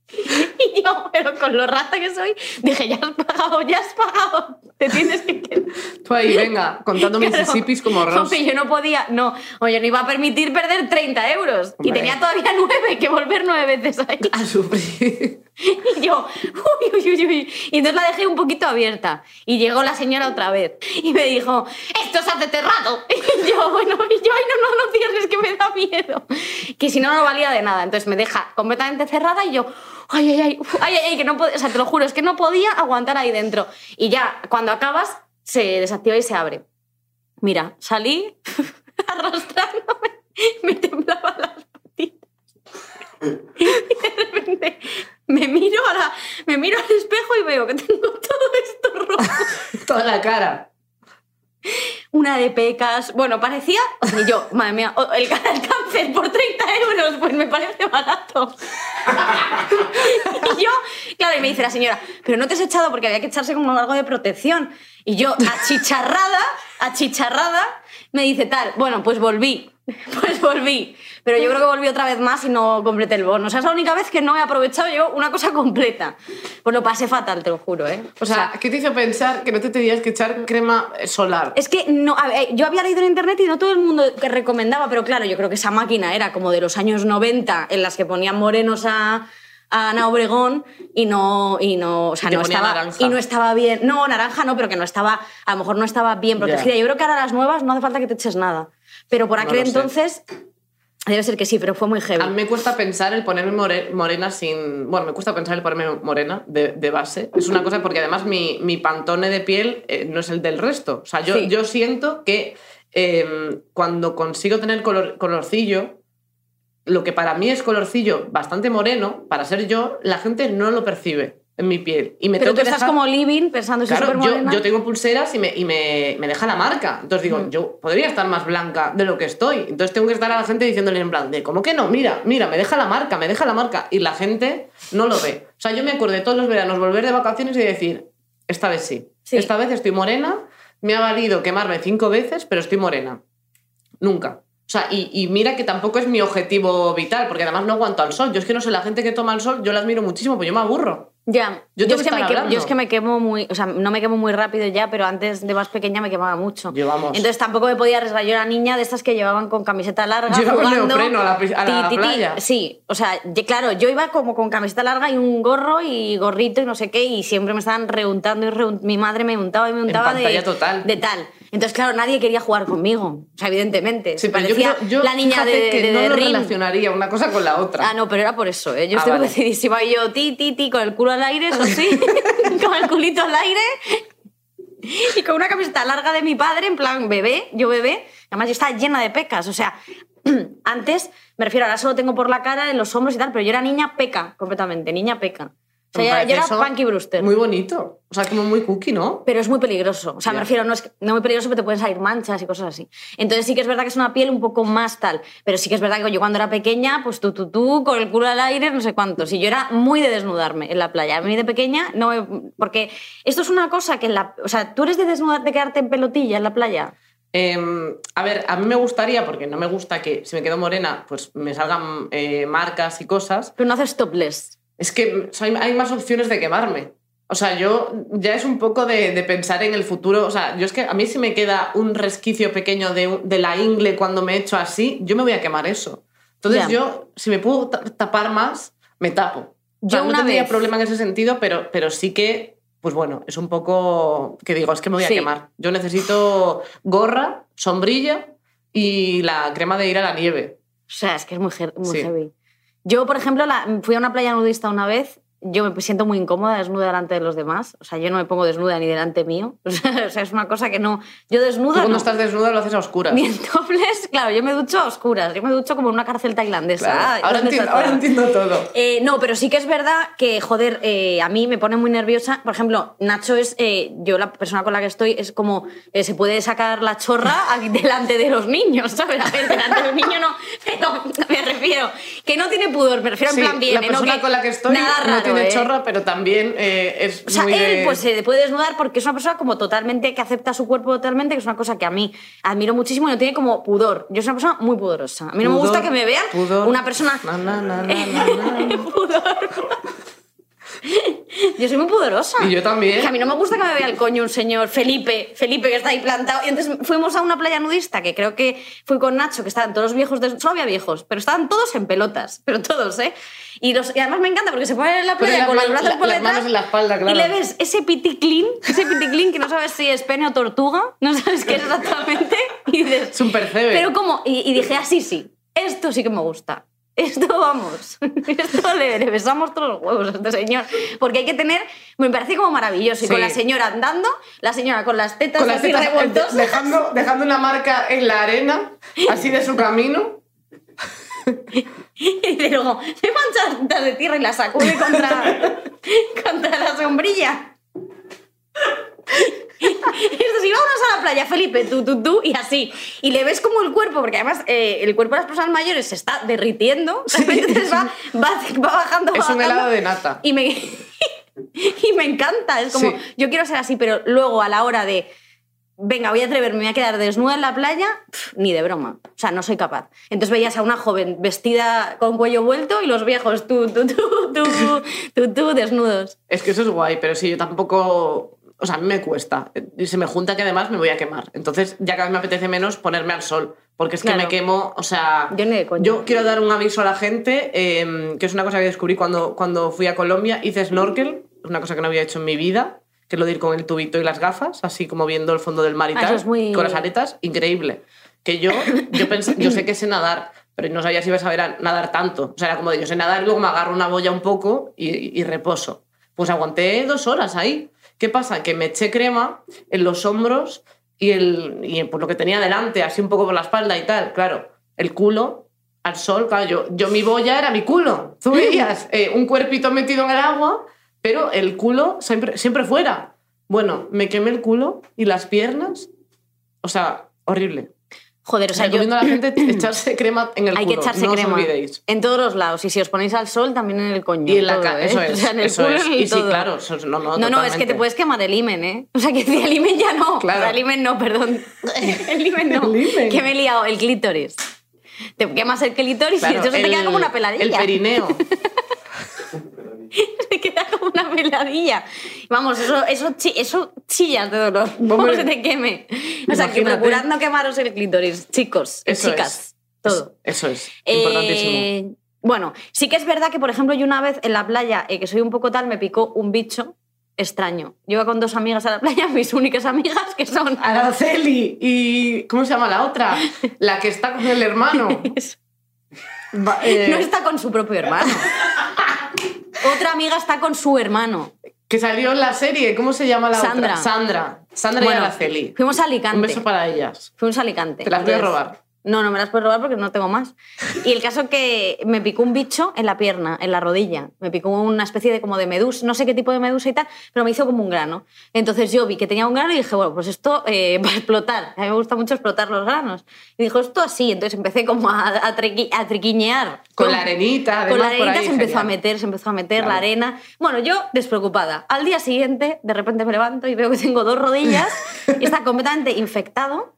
S2: Y yo, pero con lo rata que soy, dije, ya has pagado, ya has pagado, te tienes que quedar.
S1: Tú ahí, venga, contando
S2: Claro.
S1: Mississippis como Ross.
S2: Hombre, yo no podía, no, o yo no iba a permitir perder 30 euros. Y
S1: Hombre.
S2: tenía todavía nueve, que volver nueve veces ahí.
S1: A sufrir.
S2: Y yo, uy, uy, uy, uy. Y entonces la dejé un poquito abierta. Y llegó la señora otra vez. Y me dijo, esto se hace cerrado. Y yo, bueno, y yo, ay, no, no, no cierres, que me da miedo. Que si no, no valía de nada. Entonces me deja completamente cerrada y yo, ay, ay, ay, uf, ay, ay, ay, que no podía, o sea, te lo juro, es que no podía aguantar ahí dentro. Y ya, cuando acabas, se desactiva y se abre. Mira, salí arrastrándome, me temblaban las patitas. Y de repente me miro, a la- me miro al espejo y veo que tengo todo esto rojo.
S1: Toda la cara.
S2: Una de pecas. Bueno, parecía. Y yo, madre mía, o- el, ca- el cáncer por 30 euros, pues me parece barato. Y yo, claro, y me dice la señora, pero no te has echado porque había que echarse como algo de protección. Y yo, achicharrada, achicharrada, me dice tal, bueno, pues volví. Pues volví. Pero yo creo que volví otra vez más y no completé el bono. O sea, es la única vez que no he aprovechado yo una cosa completa. Pues lo pasé fatal, te lo juro, ¿eh?
S1: O sea, ¿qué te hizo pensar que no te tenías que echar crema solar?
S2: Es que no, a ver, yo había leído en internet y no todo el mundo que recomendaba, pero claro, yo creo que esa máquina era como de los años 90 en las que ponían morenos a, a Ana Obregón y no y no, o sea,
S1: Y te
S2: no
S1: ponía
S2: estaba
S1: naranja.
S2: y no estaba bien. No, naranja no, pero que no estaba, a lo mejor no estaba bien
S1: Ya.
S2: protegida. Yo creo que ahora las nuevas no hace falta que te eches nada. Pero por
S1: No
S2: aquel
S1: lo sé.
S2: entonces debe ser que sí, pero fue muy heavy.
S1: A mí me cuesta pensar el ponerme more- morena sin... Bueno, me cuesta pensar el ponerme morena de, de base. Es una cosa porque además mi, mi pantone de piel eh, no es el del resto. O sea, yo,
S2: Sí.
S1: yo siento que eh, cuando consigo tener color, colorcillo, lo que para mí es colorcillo bastante moreno, para ser yo, la gente no lo percibe en mi piel. Y me
S2: pero
S1: tengo
S2: tú
S1: que
S2: estás
S1: dejar-
S2: como living pensando si
S1: Claro,
S2: súper
S1: yo,
S2: morena.
S1: yo tengo pulseras y, me, y me, me deja la marca. Entonces digo, yo podría estar más blanca de lo que estoy. Entonces tengo que estar a la gente diciéndole en plan, de, ¿cómo que no? Mira, mira, me deja la marca, me deja la marca. Y la gente no lo ve. O sea, yo me acuerdo de todos los veranos volver de vacaciones y decir, esta vez sí.
S2: Sí.
S1: Esta vez estoy morena, me ha valido quemarme cinco veces, pero estoy morena. Nunca. O sea, y, y mira que tampoco es mi objetivo vital, porque además no aguanto al sol. Yo es que no sé, la gente que toma el sol, yo la admiro muchísimo, pues yo me aburro.
S2: Ya.
S1: Yo
S2: Yo,
S1: tengo
S2: es
S1: que
S2: que me
S1: estar
S2: quemo,
S1: hablando.
S2: yo es que me quemo muy, o sea, no me quemo muy rápido ya, pero antes de más pequeña me quemaba mucho.
S1: Yo, vamos.
S2: Entonces tampoco me podía arriesgar. Yo era niña de estas que llevaban con camiseta larga.
S1: Yo iba con
S2: jugando,
S1: neopreno a la pi- a la playa.
S2: Sí, o sea, ye- claro, yo iba como con camiseta larga y un gorro y gorrito y no sé qué, y siempre me estaban reuntando y reunt- mi madre me untaba y me untaba de,
S1: pantalla total.
S2: de tal. Entonces, claro, nadie quería jugar conmigo, o sea, evidentemente.
S1: Sí, pero yo,
S2: Parecía
S1: creo- yo
S2: la niña
S1: fíjate
S2: de,
S1: que
S2: de-
S1: no
S2: de
S1: lo
S2: Ring.
S1: relacionaría una cosa con la otra.
S2: Ah, no, pero era por eso, ¿eh?
S1: Ah,
S2: Yo estoy
S1: vale.
S2: decidísima. Y yo, ti, ti, ti, con el culo al aire, eso sí, con el culito al aire. Y con una camiseta larga de mi padre, en plan bebé, yo bebé. Además, yo estaba llena de pecas, o sea, antes, me refiero, ahora solo tengo por la cara, en los hombros y tal, pero yo era niña peca, completamente, niña peca. O
S1: Me
S2: sea, yo,
S1: parece
S2: yo era
S1: eso
S2: Punky Brewster.
S1: Muy bonito. O sea, como muy cookie, ¿no?
S2: Pero es muy peligroso. O sea,
S1: Ya.
S2: me refiero, no es no muy peligroso, pero te pueden salir manchas y cosas así. Entonces sí que es verdad que es una piel un poco más tal. Pero sí que es verdad que yo cuando era pequeña, pues tú, tú, tú, con el culo al aire, no sé cuántos. Y yo era muy de desnudarme en la playa. A mí de pequeña no me- Porque esto es una cosa que en la... O sea, tú eres de desnudarte, quedarte en pelotilla en la playa.
S1: Eh, a ver, a mí me gustaría, porque no me gusta que si me quedo morena, pues me salgan eh, marcas y cosas.
S2: Pero no haces topless.
S1: Es que o sea, hay, hay más opciones de quemarme. O sea, yo ya es un poco de, de pensar en el futuro. O sea, yo es que a mí si me queda un resquicio pequeño de, un- de la ingle cuando me echo así, yo me voy a quemar eso. Entonces
S2: Ya.
S1: yo, si me puedo ta- tapar más, me tapo. O sea,
S2: Yo
S1: no
S2: una
S1: tendría
S2: vez-
S1: problema en ese sentido, pero, pero sí que, pues bueno, es un poco que digo, es que me voy a
S2: Sí.
S1: quemar. Yo necesito gorra, sombrilla y la crema de ir a la nieve.
S2: O sea, es que es muy, ge- muy
S1: Sí.
S2: heavy. Yo, por ejemplo, la- fui a una playa nudista una vez. Yo me siento muy incómoda desnuda delante de los demás. O sea, yo no me pongo desnuda ni delante mío. O sea, es una cosa que no. Yo
S1: Tú
S2: desnuda.
S1: cuando
S2: no.
S1: estás desnuda lo haces a oscuras.
S2: Ni en topless, claro, yo me ducho a oscuras. Yo me ducho como en una cárcel tailandesa.
S1: Claro.
S2: Ah,
S1: Ahora
S2: ¿dónde
S1: entiendo-
S2: está
S1: ahora
S2: todo?
S1: entiendo todo.
S2: Eh, no, pero sí que es verdad que, joder, eh, a mí me pone muy nerviosa. Por ejemplo, Nacho es, eh, yo la persona con la que estoy, es como, eh, se puede sacar la chorra aquí delante de los niños, ¿sabes? A ver, delante de los niños no, pero me refiero, que no tiene pudor, me refiero
S1: Sí,
S2: en plan bien. ¿eh?
S1: la persona con la que estoy
S2: nada
S1: no
S2: raro,
S1: tiene
S2: ¿eh?
S1: chorra, pero también eh, es
S2: O sea,
S1: muy
S2: él
S1: de-
S2: pues se puede desnudar porque es una persona como totalmente que acepta su cuerpo totalmente, que es una cosa que a mí admiro muchísimo y no tiene como pudor. Yo soy una persona muy pudorosa. A mí no me
S1: Pudor,
S2: gusta que me vean
S1: pudor.
S2: una persona Eh,
S1: Na, na, na, na, na, na.
S2: pudor. Yo soy muy pudorosa.
S1: Y yo también.
S2: Que a mí no me gusta que me vea el coño un señor Felipe, Felipe que está ahí plantado. Y entonces fuimos a una playa nudista que creo que fui con Nacho, que estaban todos los viejos, des- solo había viejos, pero estaban todos en pelotas, pero todos, ¿eh? Y, los, y además me encanta porque se ponen en la
S1: Pero
S2: playa
S1: las
S2: con los
S1: man-
S2: brazos
S1: la-
S2: por
S1: las
S2: detrás
S1: manos en la espalda, claro.
S2: Y le ves ese piticlín, ese piticlín que no sabes si es pene o tortuga, no sabes qué es exactamente. Y dices,
S1: Es un percebe.
S2: Pero como, y, y dije, así sí, esto sí que me gusta. Esto vamos, esto le, le besamos todos los huevos a este señor. Porque hay que tener, me parece como maravilloso. Y
S1: Sí.
S2: con la señora andando, la señora con las tetas
S1: Con las
S2: así
S1: tetas- eh,
S2: revoltosas.
S1: dejando, dejando una marca en la arena, así de su camino.
S2: Y luego, me manchas tetas de tierra y la sacude contra, contra la sombrilla. Esto, si vamos a la playa, Felipe, tú, tú, tú, y así. Y le ves como el cuerpo, porque además eh, el cuerpo de las personas mayores se está derritiendo. Entonces va, va, va bajando, va
S1: Es un
S2: bajando.
S1: helado de nata.
S2: Y me, y me encanta. Es como,
S1: Sí.
S2: yo quiero ser así, pero luego a la hora de venga, voy a atreverme, me voy a quedar desnuda en la playa, pf, ni de broma. O sea, no soy capaz. Entonces veías a una joven vestida con cuello vuelto y los viejos, tú, tú, tú, tú, tú, tú, desnudos.
S1: Es que eso es guay, pero sí, yo tampoco. O sea, a mí me cuesta. Y se me junta que además me voy a quemar. Entonces, ya cada vez me apetece menos ponerme al sol. Porque es que
S2: Claro.
S1: me quemo, o sea.
S2: Yo ni de coña.
S1: Yo quiero dar un aviso a la gente, eh, que es una cosa que descubrí cuando, cuando fui a Colombia. Hice snorkel, una cosa que no había hecho en mi vida, que es lo de ir con el tubito y las gafas, así como viendo el fondo del mar y
S2: Ah,
S1: tal,
S2: eso es muy-
S1: con las aletas. Increíble. Que yo, yo, pensé, yo sé que sé nadar, pero no sabía si iba a saber a- nadar tanto. O sea, era como de yo sé nadar, luego me agarro una boya un poco y, y reposo. Pues aguanté dos horas ahí. ¿Qué pasa? Que me eché crema en los hombros y, el, y pues lo que tenía delante, así un poco por la espalda y tal. Claro, el culo al sol, claro, yo, yo mi boya era mi culo. Tú veías eh, un cuerpito metido en el agua, pero el culo siempre, siempre fuera. Bueno, me quemé el culo y las piernas. O sea, horrible.
S2: Joder, o sea, yo,
S1: Recomiendo a la gente echarse crema en el
S2: hay que
S1: culo.
S2: echarse
S1: no
S2: crema.
S1: os olvidéis.
S2: En todos los lados. Y si os ponéis al sol, también en el coño.
S1: Y en la
S2: todo,
S1: ca-
S2: ¿eh?
S1: eso es,
S2: O sea, en el
S1: eso
S2: culo
S1: es.
S2: y
S1: Y sí,
S2: todo.
S1: claro, eso es- no, no,
S2: No, no, es que te
S1: totalmente.
S2: puedes quemar el imen, ¿eh? O sea, que el imen ya no.
S1: Claro.
S2: O sea, el imen no, perdón. El imen no.
S1: El himen.
S2: Que me he liado, el clítoris. Te quemas el clítoris
S1: Claro,
S2: y entonces te
S1: el-
S2: queda como una peladilla.
S1: El perineo.
S2: te queda como una peladilla. Vamos, eso, eso, chi- eso chillas de dolor. Como
S1: Hombre.
S2: se te queme. O sea, que
S1: Imagínate.
S2: procurad no quemaros el clítoris, chicos, y
S1: Eso
S2: chicas.
S1: es.
S2: Todo.
S1: Eso es.
S2: Eh,
S1: Importantísimo.
S2: bueno, sí que es verdad que, por ejemplo, yo una vez en la playa, eh, que soy un poco tal, me picó un bicho extraño. Yo iba con dos amigas a la playa, mis únicas amigas, que son...
S1: Araceli y. ¿Cómo se llama la otra? La que está con el hermano. Va- eh,
S2: No está con su propio hermano. Otra amiga está con su hermano.
S1: Que salió en la serie. ¿Cómo se llama la
S2: Sandra.
S1: otra? Sandra. Sandra y
S2: Bueno,
S1: Araceli.
S2: Fuimos a Alicante.
S1: Un beso para ellas.
S2: Fuimos a Alicante.
S1: Te las voy a
S2: Entonces-
S1: robar.
S2: No, no me las puedes robar porque no tengo más. Y el caso que me picó un bicho en la pierna, en la rodilla. Me picó una especie de como de medusa, no sé qué tipo de medusa y tal, pero me hizo como un grano. Entonces yo vi que tenía un grano y dije, bueno, pues esto eh, va a explotar. A mí me gusta mucho explotar los granos. Y dijo, esto así. Entonces empecé como a, a triqui- a triquiñear.
S1: Con la arenita, además,
S2: Con la
S1: por
S2: arenita
S1: ahí,
S2: se empezó a
S1: genial.
S2: meter, se empezó a meter la
S1: Claro.
S2: arena. Bueno, yo despreocupada. Al día siguiente, de repente me levanto y veo que tengo dos rodillas y está completamente infectado,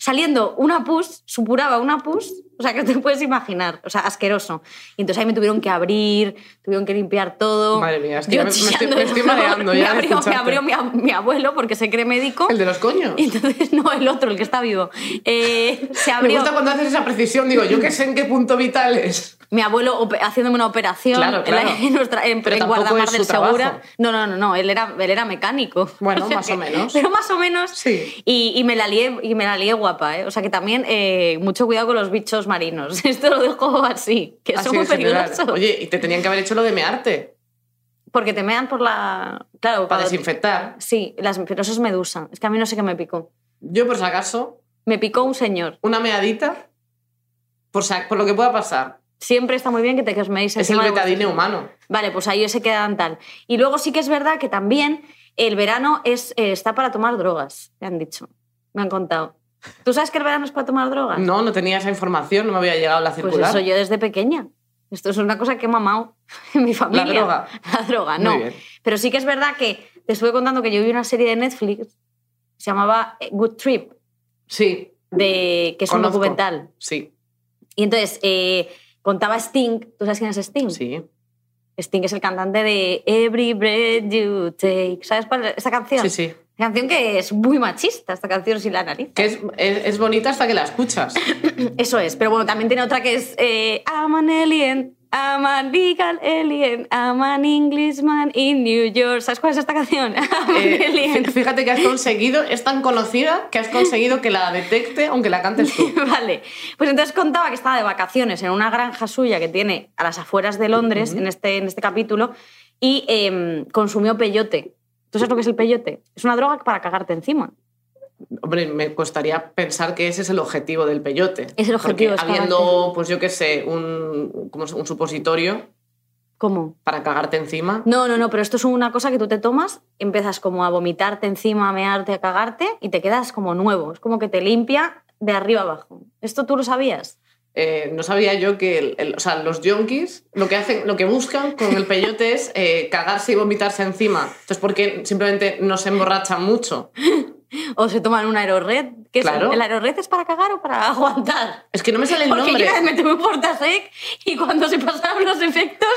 S2: saliendo una pus, supuraba una pus, o sea, que te puedes imaginar, o sea, asqueroso. Y entonces ahí me tuvieron que abrir, tuvieron que limpiar todo.
S1: Madre mía, estoy-
S2: Yo
S1: me- me estoy-
S2: chillando
S1: me
S2: de
S1: estoy
S2: dolor.
S1: mareando ya
S2: Me
S1: de
S2: abrió, me
S1: escucharte.
S2: abrió mi, ab- mi abuelo porque se cree médico.
S1: El de los coños.
S2: Y entonces, no, el otro, el que está vivo. Eh, se
S1: Me
S2: abrió.
S1: gusta cuando haces esa precisión. Digo, yo que sé en qué punto vital es.
S2: mi abuelo ope- haciéndome una operación
S1: Claro,
S2: en la-
S1: claro.
S2: en, nuestra, en,
S1: Pero
S2: en
S1: tampoco
S2: Guardamar
S1: es su
S2: del Segura.
S1: trabajo.
S2: No, no, no, no, él era, él era mecánico.
S1: Bueno,
S2: O sea
S1: más
S2: que-
S1: o menos.
S2: Pero más o menos.
S1: Sí.
S2: Y, y me la lié, y me la lié guapa, ¿eh? O sea que también eh, mucho cuidado con los bichos marinos. Esto lo dejo así, que
S1: Así
S2: son muy
S1: en general.
S2: peligrosos.
S1: Oye, y te tenían que haber hecho lo de mearte.
S2: Porque te mean por la.
S1: Para
S2: Claro, cuando-
S1: desinfectar.
S2: Sí, las, pero eso es medusa. Es que a mí no sé qué me picó.
S1: Yo, por si acaso,
S2: Me picó un señor.
S1: una meadita, por, si- por lo que pueda pasar.
S2: Siempre está muy bien que te queméis
S1: es el
S2: encima de vuestros-
S1: betadine humano.
S2: Vale, pues ahí se quedan tal. Y luego sí que es verdad que también el verano es, eh, está para tomar drogas, me han dicho, me han contado. ¿Tú sabes que el verano es para tomar drogas?
S1: No, no tenía esa información, no me había llegado la
S2: Ah. pues
S1: Mm, circular.
S2: eso yo desde pequeña. Esto es una cosa que he mamado en mi familia.
S1: droga.
S2: La droga,
S1: Muy
S2: Ah, no.
S1: bien.
S2: Pero sí que es verdad que te estuve contando que yo vi una serie de Netflix, se llamaba eh, Good Trip,
S1: Sí,
S2: de, que es un
S1: Conozco.
S2: documental.
S1: sí,
S2: Y entonces eh, contaba Sting, ¿tú sabes quién es Sting?
S1: sí.
S2: Sting es el cantante de Every Breath You Take. ¿Sabes cuál es esta canción?
S1: Sí, sí.
S2: Esta canción que es muy machista, esta canción sin la nariz.
S1: Que es, es, es bonita hasta que la escuchas.
S2: Eso es, pero bueno, también tiene otra que es eh, I'm an alien, I'm a legal alien, I'm an Englishman in New York. ¿Sabes cuál es esta canción? I'm
S1: Eh,
S2: an alien.
S1: fí- fíjate que has conseguido, es tan conocida que has conseguido que la detecte aunque la cantes tú.
S2: Vale, pues entonces contaba que estaba de vacaciones en una granja suya que tiene a las afueras de Londres, en, este, en este capítulo, y em, consumió peyote. ¿Tú sabes lo que es el peyote? Es una droga para cagarte encima.
S1: Hombre, me costaría pensar que ese es el objetivo del peyote.
S2: Es el objetivo,
S1: Porque
S2: es
S1: habiendo, pues yo qué sé, un, como es- un supositorio
S2: ¿Cómo?
S1: para cagarte encima.
S2: No, no, no, pero esto es una cosa que tú te tomas, empiezas como a vomitarte encima, a mearte, a cagarte y te quedas como nuevo. Es como que te limpia de arriba abajo. ¿Esto tú lo sabías?
S1: Eh, no sabía yo que el- el- o sea, los yonkis lo que hacen, lo que buscan con el peyote es eh, cagarse y vomitarse encima. Entonces, porque simplemente no se emborrachan mucho?
S2: O se toman un aerorred. que es-
S1: Claro.
S2: ¿El aerorred es para cagar o para aguantar?
S1: Es que no me sale el
S2: Porque yo
S1: nombre.
S2: una vez me tuve un portasec y cuando se pasaron los efectos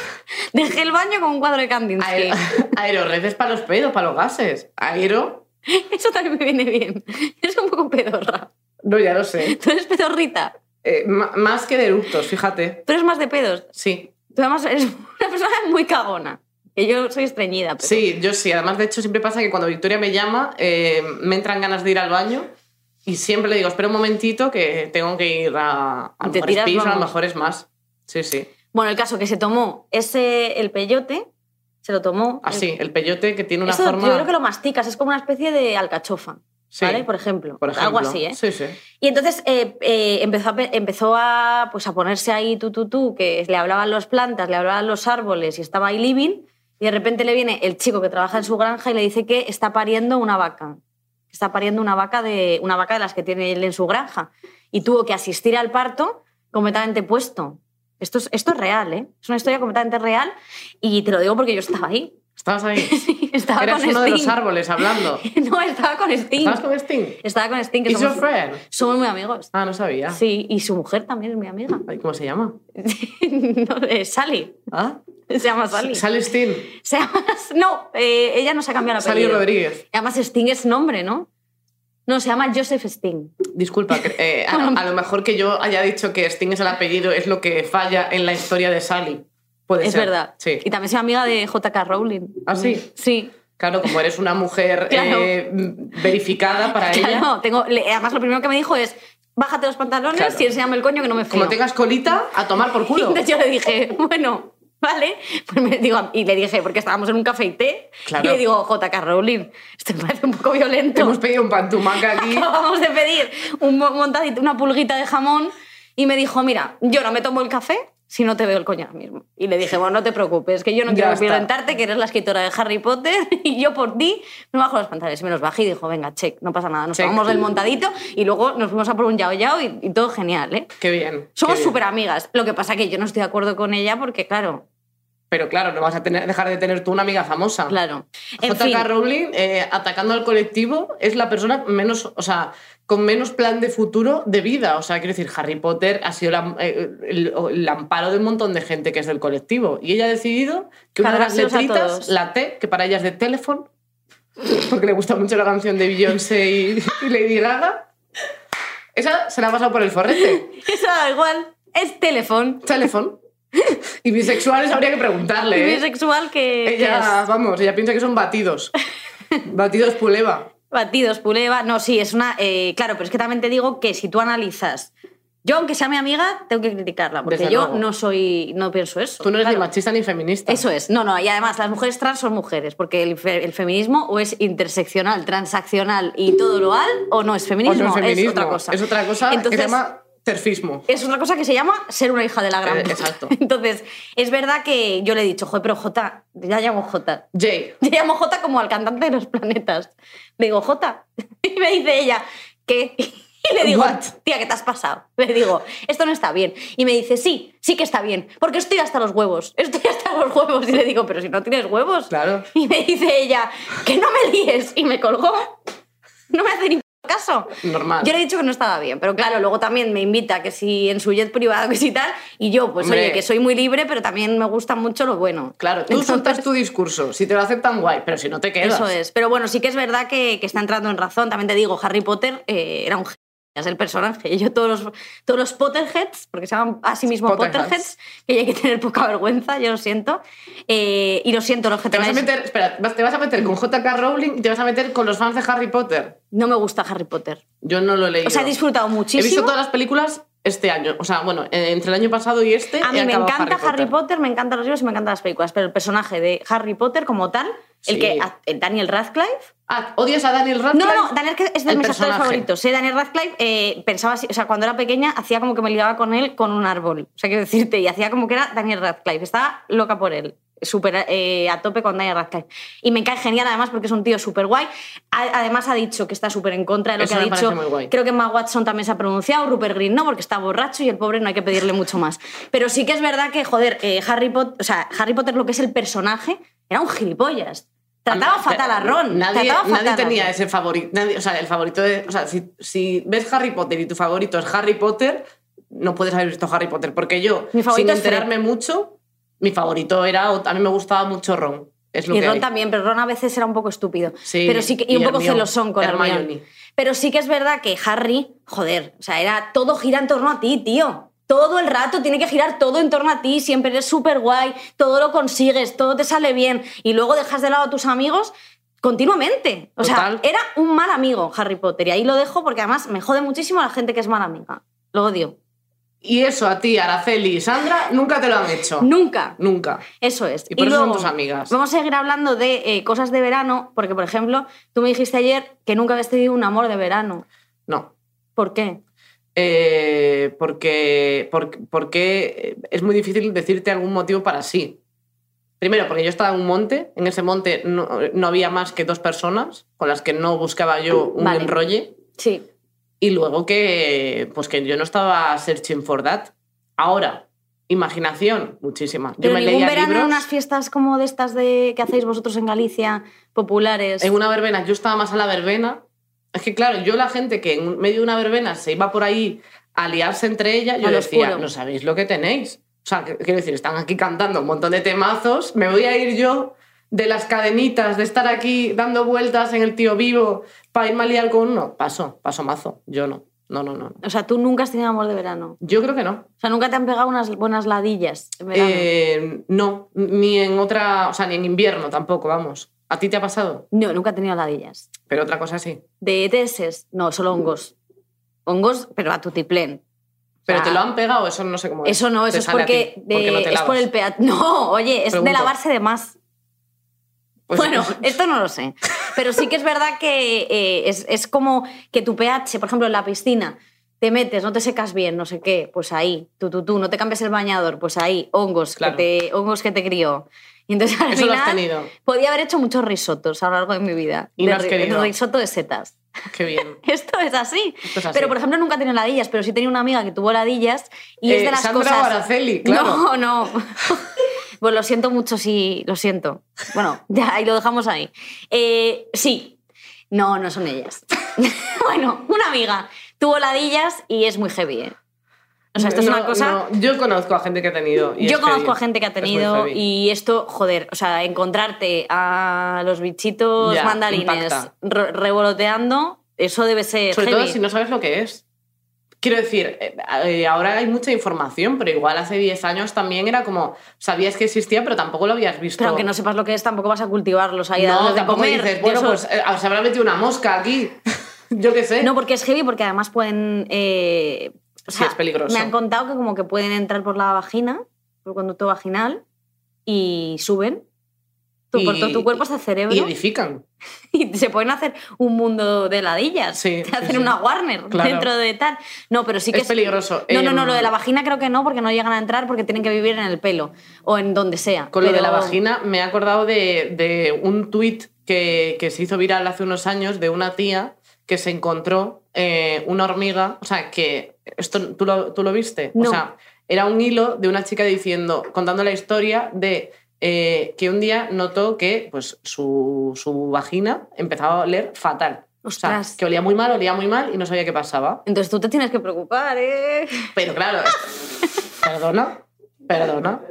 S2: dejé el baño con un cuadro de Kandinsky.
S1: Aero, aerorred es para los pedos, para los gases. Aero.
S2: Eso también me viene bien. Eres un poco pedorra.
S1: No, ya lo sé.
S2: Tú eres pedorrita.
S1: Eh, ma- más que de eructos, fíjate.
S2: Tú eres más de pedos.
S1: Sí.
S2: Tú además eres una persona muy cagona. Que yo soy estreñida. Pero...
S1: Sí, yo sí. Además, de hecho, siempre pasa que cuando Victoria me llama, eh, me entran ganas de ir al baño y siempre le digo, espera un momentito que tengo que ir a, a lo
S2: Te
S1: mejor
S2: tiras,
S1: es pis, a lo
S2: vamos.
S1: mejor es más. Sí, sí.
S2: Bueno, el caso que se tomó ese, el peyote, se lo tomó.
S1: Así, el peyote que tiene una
S2: Eso
S1: forma...
S2: yo creo que lo masticas, es como una especie de alcachofa,
S1: Sí,
S2: ¿vale? Por ejemplo,
S1: por ejemplo.
S2: algo así, ¿eh?
S1: Sí, sí.
S2: Y entonces eh, eh, empezó, a, pe- empezó a, pues, a ponerse ahí tú, tú, tú, que le hablaban las plantas, le hablaban los árboles y estaba ahí living. Y de repente le viene el chico que trabaja en su granja y le dice que está pariendo una vaca. Está pariendo una vaca de, una vaca de las que tiene él en su granja. Y tuvo que asistir al parto completamente puesto. Esto es, esto es real, ¿eh? Es una historia completamente real. Y te lo digo porque yo estaba ahí.
S1: Estabas ahí.
S2: Estaba
S1: Eras
S2: con
S1: uno de los
S2: Sting.
S1: árboles hablando.
S2: No, estaba con Sting.
S1: ¿Estabas con Sting?
S2: Estaba con Sting, que
S1: ¿Is your
S2: somos,
S1: friend?
S2: somos muy amigos.
S1: Ah, no sabía.
S2: Sí, y su mujer también es mi amiga.
S1: Ay, ¿Cómo se llama?
S2: no, eh, Sally.
S1: ¿Ah?
S2: Se llama Sally.
S1: Sally Sting.
S2: Se llama... No, eh, ella no se ha cambiado la
S1: Sally Rodríguez.
S2: Además, Sting es nombre, ¿no? No, se llama Joseph Sting.
S1: Disculpa, cre- eh, a, a lo mejor que yo haya dicho que Sting es el apellido es lo que falla en la historia de Sally. Puede
S2: Es
S1: ser.
S2: verdad.
S1: Sí.
S2: Y también soy amiga de JK Rowling.
S1: ¿Ah, sí?
S2: Sí.
S1: Claro, como eres una mujer
S2: Claro.
S1: eh, verificada para ella.
S2: Claro, tengo... le- Además, lo primero que me dijo es, bájate los pantalones
S1: Claro.
S2: y enséñame el coño que no me fío.
S1: Como tengas colita, a tomar por culo.
S2: Entonces yo le dije, bueno, vale. Pues me digo, y le dije, porque estábamos en un café y té.
S1: Claro.
S2: Y le digo, JK Rowling, esto me parece un poco violento.
S1: Hemos pedido un pantumaca aquí.
S2: Acabamos de pedir un mo- montadito, una pulguita de jamón. Y me dijo, mira, yo no me tomo el café si no te veo el coño ahora mismo. Y le dije, bueno, no te preocupes, que yo no
S1: Ya
S2: quiero
S1: está.
S2: violentarte, que eres la escritora de Harry Potter y yo por ti me bajo los pantalones. Y me los bajé y dijo, venga, check, no pasa nada. Nos
S1: Check.
S2: tomamos del montadito y luego nos fuimos a por un yao yao y, y todo genial, ¿eh?
S1: Qué bien.
S2: Somos
S1: qué bien.
S2: súper amigas. Lo que pasa que yo no estoy de acuerdo con ella porque, claro,
S1: Pero claro, no vas a tener, dejar de tener tú una amiga famosa.
S2: claro. En
S1: JK
S2: fin,
S1: Rowling, eh, atacando al colectivo, es la persona menos, o sea, con menos plan de futuro de vida. O sea, quiero decir, Harry Potter ha sido la- eh, el, el amparo de un montón de gente que es del colectivo. Y ella ha decidido que una de las
S2: Cargárselos a
S1: letritas,
S2: todos.
S1: la T, que para ella es de teléfono, porque le gusta mucho la canción de Beyoncé y, y Lady Gaga, esa se la ha pasado por el forrete.
S2: eso da igual, es teléfono.
S1: Teléfono. Y bisexuales habría que preguntarle.
S2: Y
S1: ¿eh?
S2: bisexual que, que
S1: Ella,
S2: es
S1: vamos, ella piensa que son batidos. batidos puleva.
S2: batidos, puleva. No, sí, es una. eh, claro, pero es que también te digo que si tú analizas. Yo, aunque sea mi amiga, tengo que criticarla, porque
S1: Desde
S2: yo
S1: luego.
S2: no soy. No pienso eso.
S1: Tú no eres
S2: claro.
S1: ni machista ni feminista.
S2: Eso es, no, no, y además las mujeres trans son mujeres, porque el, fe- el feminismo o es interseccional, transaccional y todo lo al, o no es
S1: O no
S2: feminismo,
S1: feminismo,
S2: es otra cosa.
S1: Es otra cosa
S2: Entonces,
S1: que se llama terfismo.
S2: es otra cosa que se llama ser una hija de la gran
S1: Eh,
S2: puta.
S1: exacto.
S2: Entonces, es verdad que yo le he dicho, joder, pero Jota, ya llamo Jota,
S1: Jay,
S2: Yo llamo Jota como al cantante de los planetas. Le digo, Jota. Y me dice ella, ¿qué? Y le digo,
S1: What?
S2: tía, ¿qué te has pasado? Le digo, esto no está bien. Y me dice, sí, sí que está bien, porque estoy hasta los huevos. Estoy hasta los huevos. Y le digo, pero si no tienes huevos.
S1: claro.
S2: Y me dice ella, que no me líes. Y me colgó. No me hace ni caso.
S1: Normal.
S2: Yo le he dicho que no estaba bien, pero claro, luego también me invita que si en su jet privado, que si tal. Y yo, pues
S1: Hombre.
S2: oye, que soy muy libre, pero también me gusta mucho lo bueno.
S1: Claro, tú
S2: Entonces-
S1: soltas tu discurso. Si te lo aceptan, guay, pero si no te quedas.
S2: eso es. Pero bueno, sí que es verdad que, que está entrando en razón. También te digo, Harry Potter eh, era un genio, es el personaje. Yo todos los, todos los Potterheads, porque se llaman a sí mismo
S1: Potterheads.
S2: Potterheads, que hay que tener poca vergüenza, yo lo siento. Eh, y lo siento, los que
S1: Te vas a
S2: tengáis-
S1: meter, espera, vas- te vas a meter con JK Rowling y te vas a meter con los fans de Harry Potter.
S2: No me gusta Harry Potter.
S1: Yo no lo he leído.
S2: O sea, he disfrutado
S1: He visto
S2: muchísimo.
S1: todas las películas este año. O sea, bueno, eh, entre el año pasado y este.
S2: A
S1: he
S2: mí me
S1: acabado
S2: encanta Harry Potter. me encantan los libros y me encantan las películas, pero el personaje de Harry Potter como tal,
S1: Sí.
S2: el que el Daniel Radcliffe,
S1: Ah, ¿Odias a Daniel
S2: No,
S1: Radcliffe?
S2: no, no, Daniel es de
S1: El
S2: mis actores
S1: personaje.
S2: favoritos. ¿eh? Daniel Radcliffe eh, pensaba así, o sea, cuando era pequeña hacía como que me ligaba con él con un árbol. O sea, quiero decirte, y hacía como que era Daniel Radcliffe. Estaba loca por él, súper eh, a tope con Daniel Radcliffe. Y me cae genial además porque es un tío súper guay. A- Además ha dicho que está súper en contra de lo
S1: Eso
S2: que ha
S1: me parece
S2: dicho.
S1: muy guay.
S2: Creo que Emma Watson también se ha pronunciado, Rupert Green no, porque está borracho y el pobre no hay que pedirle mucho más. Pero sí que es verdad que, joder, eh, Harry, Potter, o sea, Harry Potter lo que es el personaje era un gilipollas. Trataba
S1: Am-
S2: fatal a Ron.
S1: Nadie,
S2: trataba fatal
S1: nadie
S2: a
S1: tenía
S2: Ron.
S1: ese favorito. nadie- o sea, el favorito de. O sea, si, si ves Harry Potter y tu favorito es Harry Potter, no puedes haber visto Harry Potter. Porque yo,
S2: Mi favorito
S1: sin
S2: es Fred.
S1: enterarme mucho, mi favorito era. A mí me gustaba mucho Ron. Es lo
S2: Y
S1: que
S2: Ron
S1: hay.
S2: también, pero Ron a veces era un poco estúpido.
S1: Sí,
S2: pero sí que, y,
S1: y
S2: un poco
S1: Hermione.
S2: celosón con
S1: Hermione.
S2: Hermione. Pero sí que es verdad que Harry, joder, o sea, era todo gira en torno a ti, tío. Todo el rato tiene que girar todo en torno a ti, siempre eres súper guay, todo lo consigues, todo te sale bien y luego dejas de lado a tus amigos continuamente. O
S1: Total.
S2: sea, era un mal amigo Harry Potter y ahí lo dejo porque además me jode muchísimo a la gente que es mala amiga. Lo odio.
S1: Y eso a ti, Araceli y Sandra, nunca te lo han hecho.
S2: Nunca.
S1: Nunca.
S2: Eso es.
S1: Y por eso son
S2: luego,
S1: tus amigas.
S2: Pues Vamos a seguir hablando de eh, cosas de verano, porque, por ejemplo, tú me dijiste ayer que nunca habías tenido un amor de verano.
S1: No.
S2: ¿Por qué?
S1: Eh, porque, porque, porque es muy difícil decirte algún motivo para sí. Primero, porque yo estaba en un monte, en ese monte no, no había más que dos personas con las que no buscaba yo un
S2: Vale.
S1: enrolle.
S2: Sí.
S1: Y luego que, pues que yo no estaba searching for that. Ahora, imaginación, muchísima.
S2: Pero
S1: yo me
S2: ningún
S1: leía
S2: verano
S1: libros.
S2: en unas fiestas como de estas de que hacéis vosotros en Galicia, populares.
S1: En una verbena, yo estaba más a la verbena. Es que claro, yo la gente que en medio de una verbena se iba por ahí a liarse entre ella, yo
S2: Al
S1: decía,
S2: oscuro.
S1: no sabéis lo que tenéis. O sea, que- quiero decir, están aquí cantando un montón de temazos, me voy a ir yo de las cadenitas, de estar aquí dando vueltas en el tío vivo para irme a liar con uno. Paso, paso mazo, yo no. No, no, no. no.
S2: O sea, tú nunca has tenido amor de verano.
S1: Yo creo que no.
S2: O sea, nunca te han pegado unas buenas ladillas en verano.
S1: Eh, no, ni en otra, o sea, ni en invierno tampoco, vamos. ¿A ti te ha pasado?
S2: No, nunca he tenido ladillas.
S1: Pero otra cosa sí.
S2: De ETS, no, solo hongos. Hongos, pero a tutiplén.
S1: Pero
S2: Ah.
S1: te lo han pegado, eso no sé cómo
S2: Eso no,
S1: Pues, Te
S2: eso es
S1: sale a ti,
S2: porque, de-
S1: no te
S2: es
S1: lavas.
S2: por el peat. No, oye, es de
S1: Pregunto.
S2: lavarse de más.
S1: Pues-
S2: Bueno, esto no lo sé. Pero sí que es verdad que eh, es, es como que tu pH, por ejemplo, en la piscina, te metes, no te secas bien, no sé qué, pues ahí, tú, tú, tú, no te cambias el bañador, pues ahí, hongos,
S1: Claro.
S2: que, te, hongos que te crió. Y entonces al
S1: Eso lo has
S2: final
S1: tenido.
S2: podía haber hecho muchos risotos a lo largo de mi vida.
S1: Y no
S2: De
S1: has
S2: ri-
S1: querido.
S2: Risoto de setas.
S1: Qué bien.
S2: Esto es así.
S1: Esto es así.
S2: Pero, por ejemplo, nunca he tenido ladillas, pero sí tenía una amiga que tuvo ladillas y es
S1: Eh,
S2: de las
S1: Sandra
S2: cosas...
S1: o Araceli, claro.
S2: No, no. pues lo siento mucho si... Lo siento. Bueno, ya, ahí lo dejamos ahí. Eh, sí. No, no son ellas. bueno, una amiga tuvo ladillas y es muy heavy, ¿eh? O sea, esto es
S1: No,
S2: una cosa...
S1: no, yo conozco a gente que ha tenido. y
S2: Yo
S1: es
S2: conozco
S1: heavy.
S2: a gente que ha
S1: Es muy
S2: tenido
S1: heavy.
S2: y esto, joder, o sea, encontrarte a los bichitos
S1: Ya,
S2: mandarines
S1: impacta.
S2: re- revoloteando, eso debe ser
S1: Sobre
S2: heavy.
S1: todo si no sabes lo que es. Quiero decir, eh, eh, ahora hay mucha información, pero igual hace 10 años también era como, sabías que existía, pero tampoco lo habías visto.
S2: Pero aunque no sepas lo que es, tampoco vas a cultivarlos ahí, a
S1: no,
S2: darles de
S1: tampoco
S2: comer.
S1: dices,
S2: Yo
S1: bueno,
S2: eso-
S1: pues eh, se habrá metido una mosca aquí. yo qué sé.
S2: No, porque es heavy, porque además pueden... eh, o
S1: Sí,
S2: sea,
S1: es peligroso.
S2: Me han contado que como que pueden entrar por la vagina, por el conducto vaginal, y suben tu, por
S1: Y-
S2: todo tu cuerpo hasta el cerebro
S1: y
S2: y,
S1: edifican.
S2: se pueden hacer un mundo de ladillas.
S1: Sí,
S2: Te
S1: sí,
S2: hacen
S1: sí.
S2: una Warner
S1: Claro.
S2: dentro de tal. No, pero sí que
S1: Es peligroso.
S2: No, no, no,
S1: Em,
S2: lo de la vagina creo que no, porque no llegan a entrar porque tienen que vivir en el pelo o en donde sea.
S1: Con lo de
S2: Pero-
S1: la vagina, me he acordado de, de un tuit que, que se hizo viral hace unos años de una tía que se encontró eh, una hormiga. O sea, que. Esto, ¿tú, lo, tú lo viste?
S2: No.
S1: O sea, era un hilo de una chica diciendo, contando la historia de. eh, que un día notó que pues, su, su vagina empezaba a oler fatal. O
S2: Ostras.
S1: sea, que olía muy mal, olía muy mal y no sabía qué pasaba.
S2: Entonces tú te tienes que preocupar, ¿eh?
S1: Pero claro, perdona, perdona.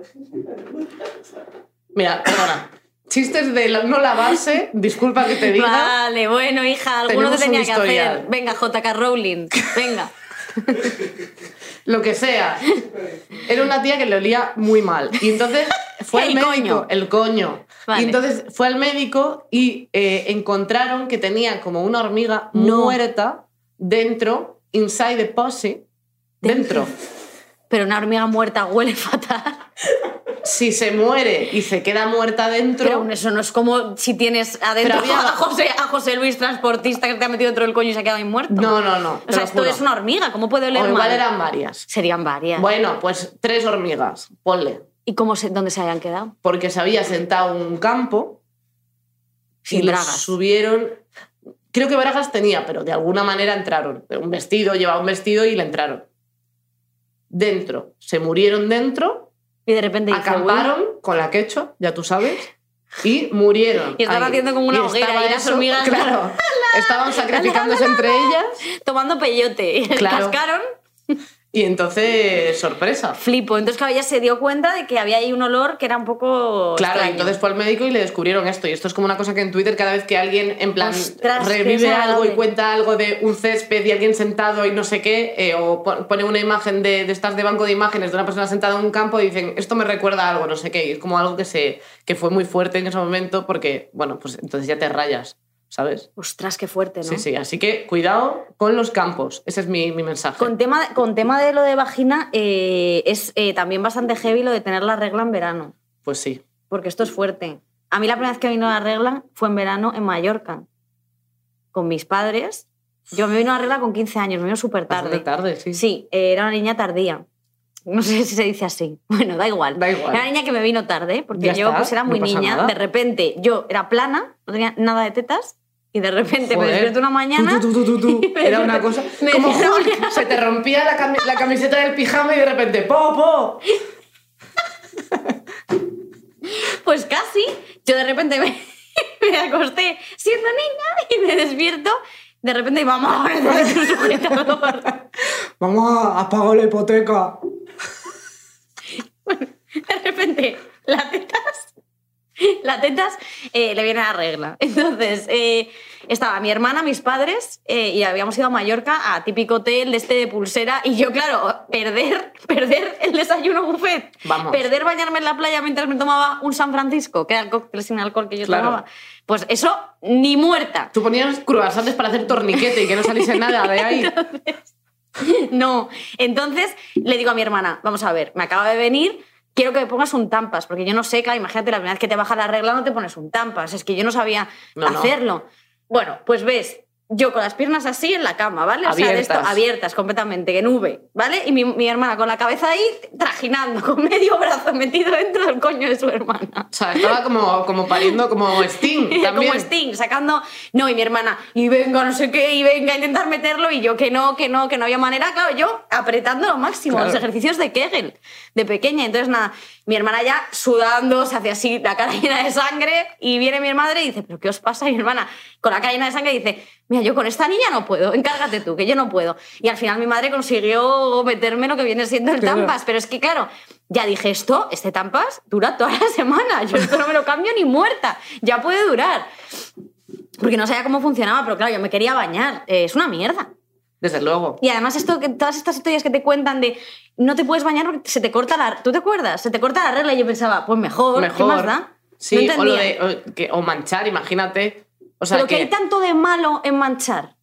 S1: Mira, perdona. Chistes de la- no lavarse, disculpa que te diga.
S2: Vale, bueno, hija, alguno
S1: Tenemos
S2: te
S1: un
S2: tenía que hacer.
S1: historial.
S2: Venga, JK Rowling, venga.
S1: Lo que sea. Era una tía que le olía muy mal. Y entonces fue al
S2: El
S1: médico.
S2: coño.
S1: El coño.
S2: Vale.
S1: Y entonces fue al médico y eh, encontraron que tenía como una hormiga
S2: No.
S1: muerta dentro, inside the pussy, dentro.
S2: Pero una hormiga muerta huele fatal.
S1: Si se muere y se queda muerta dentro.
S2: Pero aún eso no es como si tienes adentro
S1: Pero había-
S2: a, José, a José Luis, transportista, que te ha metido dentro del coño y se ha quedado ahí muerto.
S1: No, no, no.
S2: O
S1: te
S2: sea,
S1: lo
S2: esto
S1: juro.
S2: es una hormiga, ¿cómo puede oler
S1: O igual
S2: mal?
S1: eran varias.
S2: Serían varias.
S1: Bueno, pues tres hormigas, ponle.
S2: ¿Y cómo se, dónde se hayan quedado?
S1: Porque se había sentado en un campo
S2: Sin
S1: y los
S2: bragas.
S1: subieron. Creo que Bragas tenía, pero de alguna manera entraron. Un vestido, llevaba un vestido y le entraron. Dentro. Se murieron dentro,
S2: Y de repente dice, "Uy,
S1: acamparon con la quechua, ya tú sabes. y murieron.
S2: Y estaban
S1: Ahí.
S2: haciendo como una
S1: Y
S2: hoguera
S1: estaba
S2: y las
S1: eso,
S2: hormigas-
S1: Claro, estaban sacrificándose entre ellas
S2: Tomando peyote.
S1: Claro.
S2: Cascaron.
S1: y entonces, sorpresa.
S2: Flipo. Entonces, claro, ella se dio cuenta de que había ahí un olor que era un poco.
S1: Claro,
S2: extraño.
S1: entonces fue al médico y le descubrieron esto. Y esto es como una cosa que en Twitter cada vez que alguien en plan
S2: Ostras, qué
S1: revive algo y
S2: desagradable.
S1: cuenta algo de un césped y alguien sentado y no sé qué, eh, o pon- pone una imagen de, de estas de banco de imágenes de una persona sentada en un campo y dicen, esto me recuerda a algo, no sé qué. Y es como algo que, se, que fue muy fuerte en ese momento porque, bueno, pues entonces ya te rayas, ¿sabes?
S2: Ostras, qué fuerte, ¿no?
S1: Sí, sí, así que cuidado con los campos. Ese es mi, mi mensaje.
S2: Con tema, con tema de lo de vagina, eh, es eh, también bastante heavy lo de tener la regla en verano,
S1: Pues sí.
S2: porque esto es fuerte. A mí la primera vez que me vino la regla fue en verano en Mallorca, con mis padres. Yo me vino la regla con 15 años, me vino súper
S1: Tarde.
S2: tarde.
S1: Tarde, sí.
S2: Sí, eh, era una niña tardía. No sé si se dice así. Bueno, da igual.
S1: Da igual.
S2: Era una niña que me vino tarde, porque
S1: Ya
S2: yo
S1: está,
S2: pues era
S1: no
S2: muy
S1: pasa
S2: niña.
S1: nada.
S2: De repente yo era plana, no tenía nada de tetas, y de repente me
S1: Joder.
S2: despierto una mañana.
S1: Tu, tu, tu, tu, tu.
S2: y me
S1: Era una
S2: desperté-
S1: cosa.
S2: me
S1: Como
S2: desperté-
S1: Hulk, se te rompía la, cami- la camiseta del pijama y de repente ¡Po, po!
S2: Pues casi. Yo de repente me, me acosté siendo niña y me despierto. De repente, mamá, ahora necesito un sujetador.
S1: Vamos a apagar la hipoteca.
S2: De repente, las tetas, las tetas eh, le viene la regla. Entonces, eh, estaba mi hermana, mis padres, eh, y habíamos ido a Mallorca a típico hotel de este de pulsera. Y yo, claro, perder, perder el desayuno buffet,
S1: Vamos.
S2: perder bañarme en la playa mientras me tomaba un San Francisco, que era el cóctel sin alcohol que yo
S1: Claro.
S2: tomaba. Pues eso, ni muerta.
S1: Tú ponías croissants para hacer torniquete y que no saliese nada de ahí.
S2: No. Entonces le digo a mi hermana, vamos a ver, me acaba de venir, quiero que me pongas un tampas, porque yo no sé, claro, imagínate, la primera vez que te baja la regla no te pones un tampas, es que yo no sabía
S1: No, no.
S2: hacerlo. Bueno, pues ves, yo con las piernas así en la cama, ¿vale? O sea, de esto,
S1: Abiertas.
S2: abiertas completamente, en V, ¿vale? Y mi, mi hermana con la cabeza ahí, trajinando, con medio brazo metido dentro del coño de su hermana.
S1: O sea, estaba como, como pariendo como Sting también.
S2: Como Sting, sacando. No, y mi hermana, y venga, no sé qué, y venga a intentar meterlo, y yo que no, que no, que no había manera. Claro, yo apretando lo máximo,
S1: Claro.
S2: los ejercicios de Kegel, de pequeña. Entonces, nada, mi hermana ya sudando, se hace así, la cara llena de sangre, y viene mi madre y dice, ¿pero qué os pasa? Y mi hermana, con la cara llena de sangre, dice, mira, yo con esta niña no puedo, encárgate tú, que yo no puedo. Y al final mi madre consiguió meterme lo que viene siendo el
S1: Claro.
S2: tampas, pero es que claro, ya dije esto, este tampas dura toda la semana, yo esto no me lo cambio ni muerta, ya puede durar. Porque no sabía cómo funcionaba, pero claro, yo me quería bañar, Eh, es una mierda.
S1: Desde luego.
S2: Y además esto que todas estas historias que te cuentan de no te puedes bañar porque se te corta la ¿Tú te acuerdas? Se te corta la regla y yo pensaba, pues mejor,
S1: Mejor.
S2: ¿qué más da?
S1: Sí,
S2: no
S1: o, lo
S2: entendía.
S1: de- o que- o manchar, imagínate. O sea,
S2: pero que
S1: que-
S2: hay tanto de malo en manchar.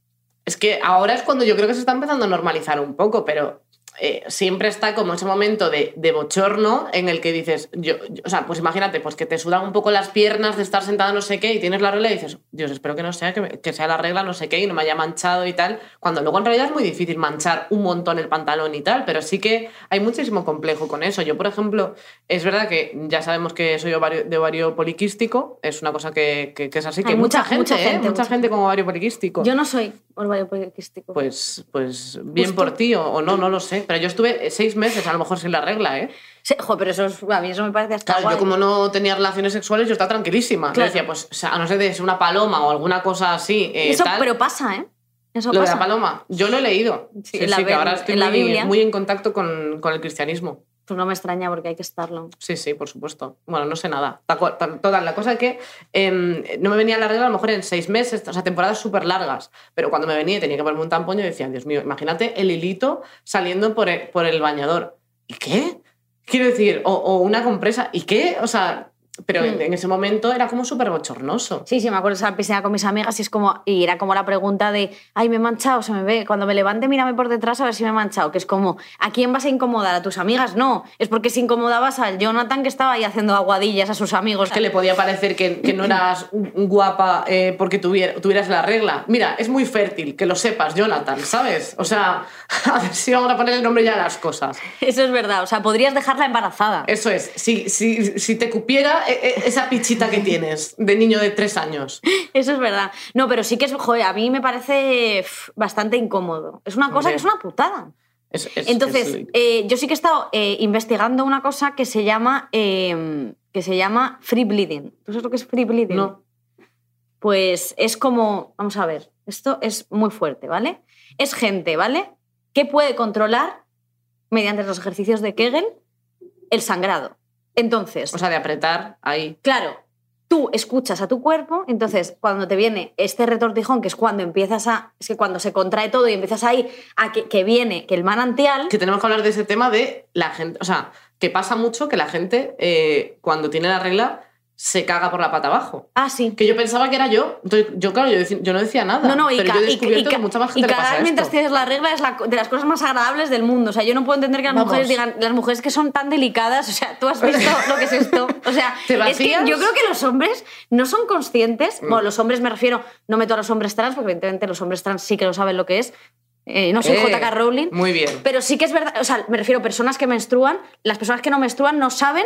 S1: Es que ahora es cuando yo creo que se está empezando a normalizar un poco, pero eh, siempre está como ese momento de, de bochorno en el que dices, yo, yo- o sea, pues imagínate, pues que te sudan un poco las piernas de estar sentada no sé qué y tienes la regla y dices, Dios, espero que no sea, que, me- que sea la regla no sé qué y no me haya manchado y tal, cuando luego en realidad es muy difícil manchar un montón el pantalón y tal, pero sí que hay muchísimo complejo con eso. Yo, por ejemplo, es verdad que ya sabemos que soy ovario- de ovario poliquístico, es una cosa que, que- que es así, que
S2: Hay
S1: hay mucha,
S2: Ah, mucha-
S1: gente,
S2: mucha
S1: ¿eh? mucha,
S2: gente, mucha
S1: gente con ovario poliquístico.
S2: Yo no soy ovario poliquístico.
S1: Pues, pues bien
S2: Justo.
S1: por ti o, o no, no lo sé. Pero yo estuve seis meses a lo mejor sin la regla, ¿eh?
S2: Sí, jo, pero eso es- a mí eso me parece hasta
S1: Claro,
S2: guay.
S1: yo como no tenía relaciones sexuales, yo estaba tranquilísima. Yo
S2: Claro.
S1: decía, pues, o sea, a no ser de ser una paloma o alguna cosa así. eh,
S2: Eso,
S1: tal,
S2: pero pasa, ¿eh? Eso
S1: lo de
S2: pasa.
S1: la paloma, yo lo he leído.
S2: Sí,
S1: Sí,
S2: en la
S1: sí, que
S2: Biblia-
S1: ahora estoy
S2: en la
S1: muy,
S2: Biblia.
S1: muy en contacto con, con el cristianismo.
S2: Pues no me extraña porque hay que estarlo.
S1: Sí, sí, por supuesto. Bueno, no sé nada. Taco- tan- Total, la cosa es que em, no me venía la regla a lo mejor en seis meses, o sea, temporadas súper largas. Pero cuando me venía y tenía que ponerme un tampoño, decía, Dios mío, imagínate el hilito saliendo por el, por el bañador. ¿Y qué? Quiero decir, o, o una compresa. ¿Y qué? O sea, pero en,
S2: Mm.
S1: en ese momento era como súper bochornoso.
S2: Sí, sí, me acuerdo esa piscina con mis amigas y, es como, y era como la pregunta de, ay, me he manchado, se me ve. Cuando me levante, mírame por detrás a ver si me he manchado. Que es como, ¿a quién vas a incomodar? ¿A tus amigas? No. Es porque si incomodabas al Jonathan que estaba ahí haciendo aguadillas a sus amigos.
S1: que le podía parecer que, que no eras un- un guapa eh, porque tuvier- tuvieras la regla. Mira, es muy fértil, que lo sepas, Jonathan, ¿sabes? O sea, a ver si vamos a poner el nombre ya a las cosas.
S2: Eso es verdad. O sea, podrías dejarla embarazada.
S1: Eso es, si, si, si te cupiera eh, eh, esa pichita que tienes de niño de tres años.
S2: Eso es verdad. No, pero sí que es, joder, a mí me parece pf, bastante incómodo. Es una cosa
S1: Hombre.
S2: que es una putada.
S1: Es- es-
S2: Entonces,
S1: es-
S2: eh, yo sí que he estado eh, investigando una cosa que se llama, eh, que que se llama Free Bleeding. ¿Tú sabes lo que es Free Bleeding?
S1: No.
S2: Pues es como, vamos a ver, esto es muy fuerte, ¿vale? Es gente, ¿vale? Que puede controlar, mediante los ejercicios de Kegel, el sangrado. Entonces,
S1: O sea, de apretar ahí.
S2: Claro, tú escuchas a tu cuerpo, entonces cuando te viene este retortijón, que es cuando empiezas a. Es que cuando se contrae todo y empiezas ahí a que, que viene, que el manantial.
S1: Que tenemos que hablar de ese tema de la gente. O sea, que pasa mucho que la gente, eh, cuando tiene la regla, se caga por la pata abajo.
S2: Ah, sí.
S1: Que yo pensaba que era yo. Entonces, yo, claro, yo, deci- yo no decía nada.
S2: No, no, y,
S1: pero
S2: ca-
S1: yo he
S2: y-
S1: descubierto
S2: y ca-
S1: que a mucha más
S2: y
S1: gente le pasa
S2: cagar mientras
S1: esto.
S2: tienes la regla es la co- de las cosas más agradables del mundo. O sea, yo no puedo entender que las
S1: Vamos.
S2: mujeres digan, las mujeres que son tan delicadas, o sea, tú has visto lo que es esto. O sea,
S1: ¿Te
S2: es que
S1: vacías? Mm.
S2: yo creo que los hombres no son conscientes, bueno, los hombres me refiero, no meto a los hombres trans, porque evidentemente los hombres trans sí que lo saben lo que es. Eh, no soy
S1: Eh,
S2: JK Rowling,
S1: Muy bien.
S2: Pero sí que es verdad, o sea, me refiero a personas que menstruan, las personas que no menstruan no saben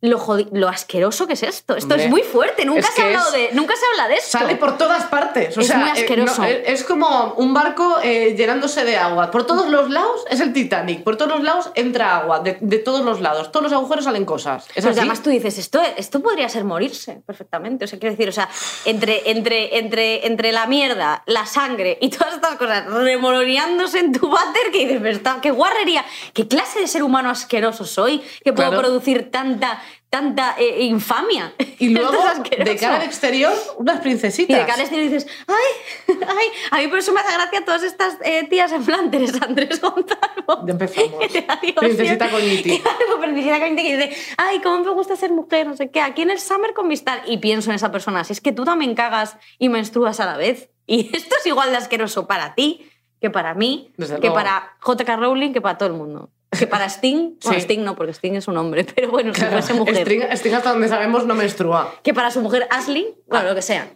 S2: lo, jodi- lo asqueroso que es esto. Esto
S1: Hombre,
S2: es muy fuerte, nunca,
S1: es
S2: se, ha
S1: que
S2: hablado
S1: es-
S2: de, nunca se habla de esto.
S1: Sale por todas partes. O
S2: Es
S1: sea,
S2: muy
S1: eh,
S2: asqueroso.
S1: no, eh, es como un barco eh, llenándose de agua. Por todos los lados es el Titanic. Por todos los lados entra agua. De, de todos los lados. Todos los agujeros salen cosas. Es
S2: Pero
S1: así.
S2: Pues además tú dices, esto, esto podría ser morirse perfectamente. O sea, quiero decir, o sea, entre, entre, entre, entre la mierda, la sangre y todas estas cosas remoloneándose en tu váter, que dices, pero está, qué guarrería, qué clase de ser humano asqueroso soy, que puedo
S1: Claro.
S2: producir tanta, tanta eh, infamia.
S1: Y
S2: Esto es
S1: luego, de
S2: asqueroso.
S1: cara al exterior, unas
S2: Y
S1: princesitas.
S2: de cara al exterior dices, ay, ay, a mí por eso me hace gracia todas estas eh, tías en plan Teresa Andrés Gonzalo.
S1: Ya empezamos.
S2: Que te la digo
S1: Princesita
S2: siempre.
S1: Cogniti.
S2: Claro, princesita Cogniti que pues, dice, ay, cómo me gusta ser mujer, no sé qué, aquí en el summer con mis tal. Y pienso en esa persona, si es que tú también cagas y menstruas a la vez. Y esto es igual de asqueroso para ti que para mí,
S1: Desde
S2: que
S1: luego.
S2: para J.K. Rowling, que para todo el mundo. Que para Sting, bueno,
S1: Sí.
S2: Sting no, porque Sting es un hombre, pero bueno, si fuese mujer
S1: String, String, hasta donde sabemos, no menstrua.
S2: que para su mujer Ashley, bueno, lo que sea.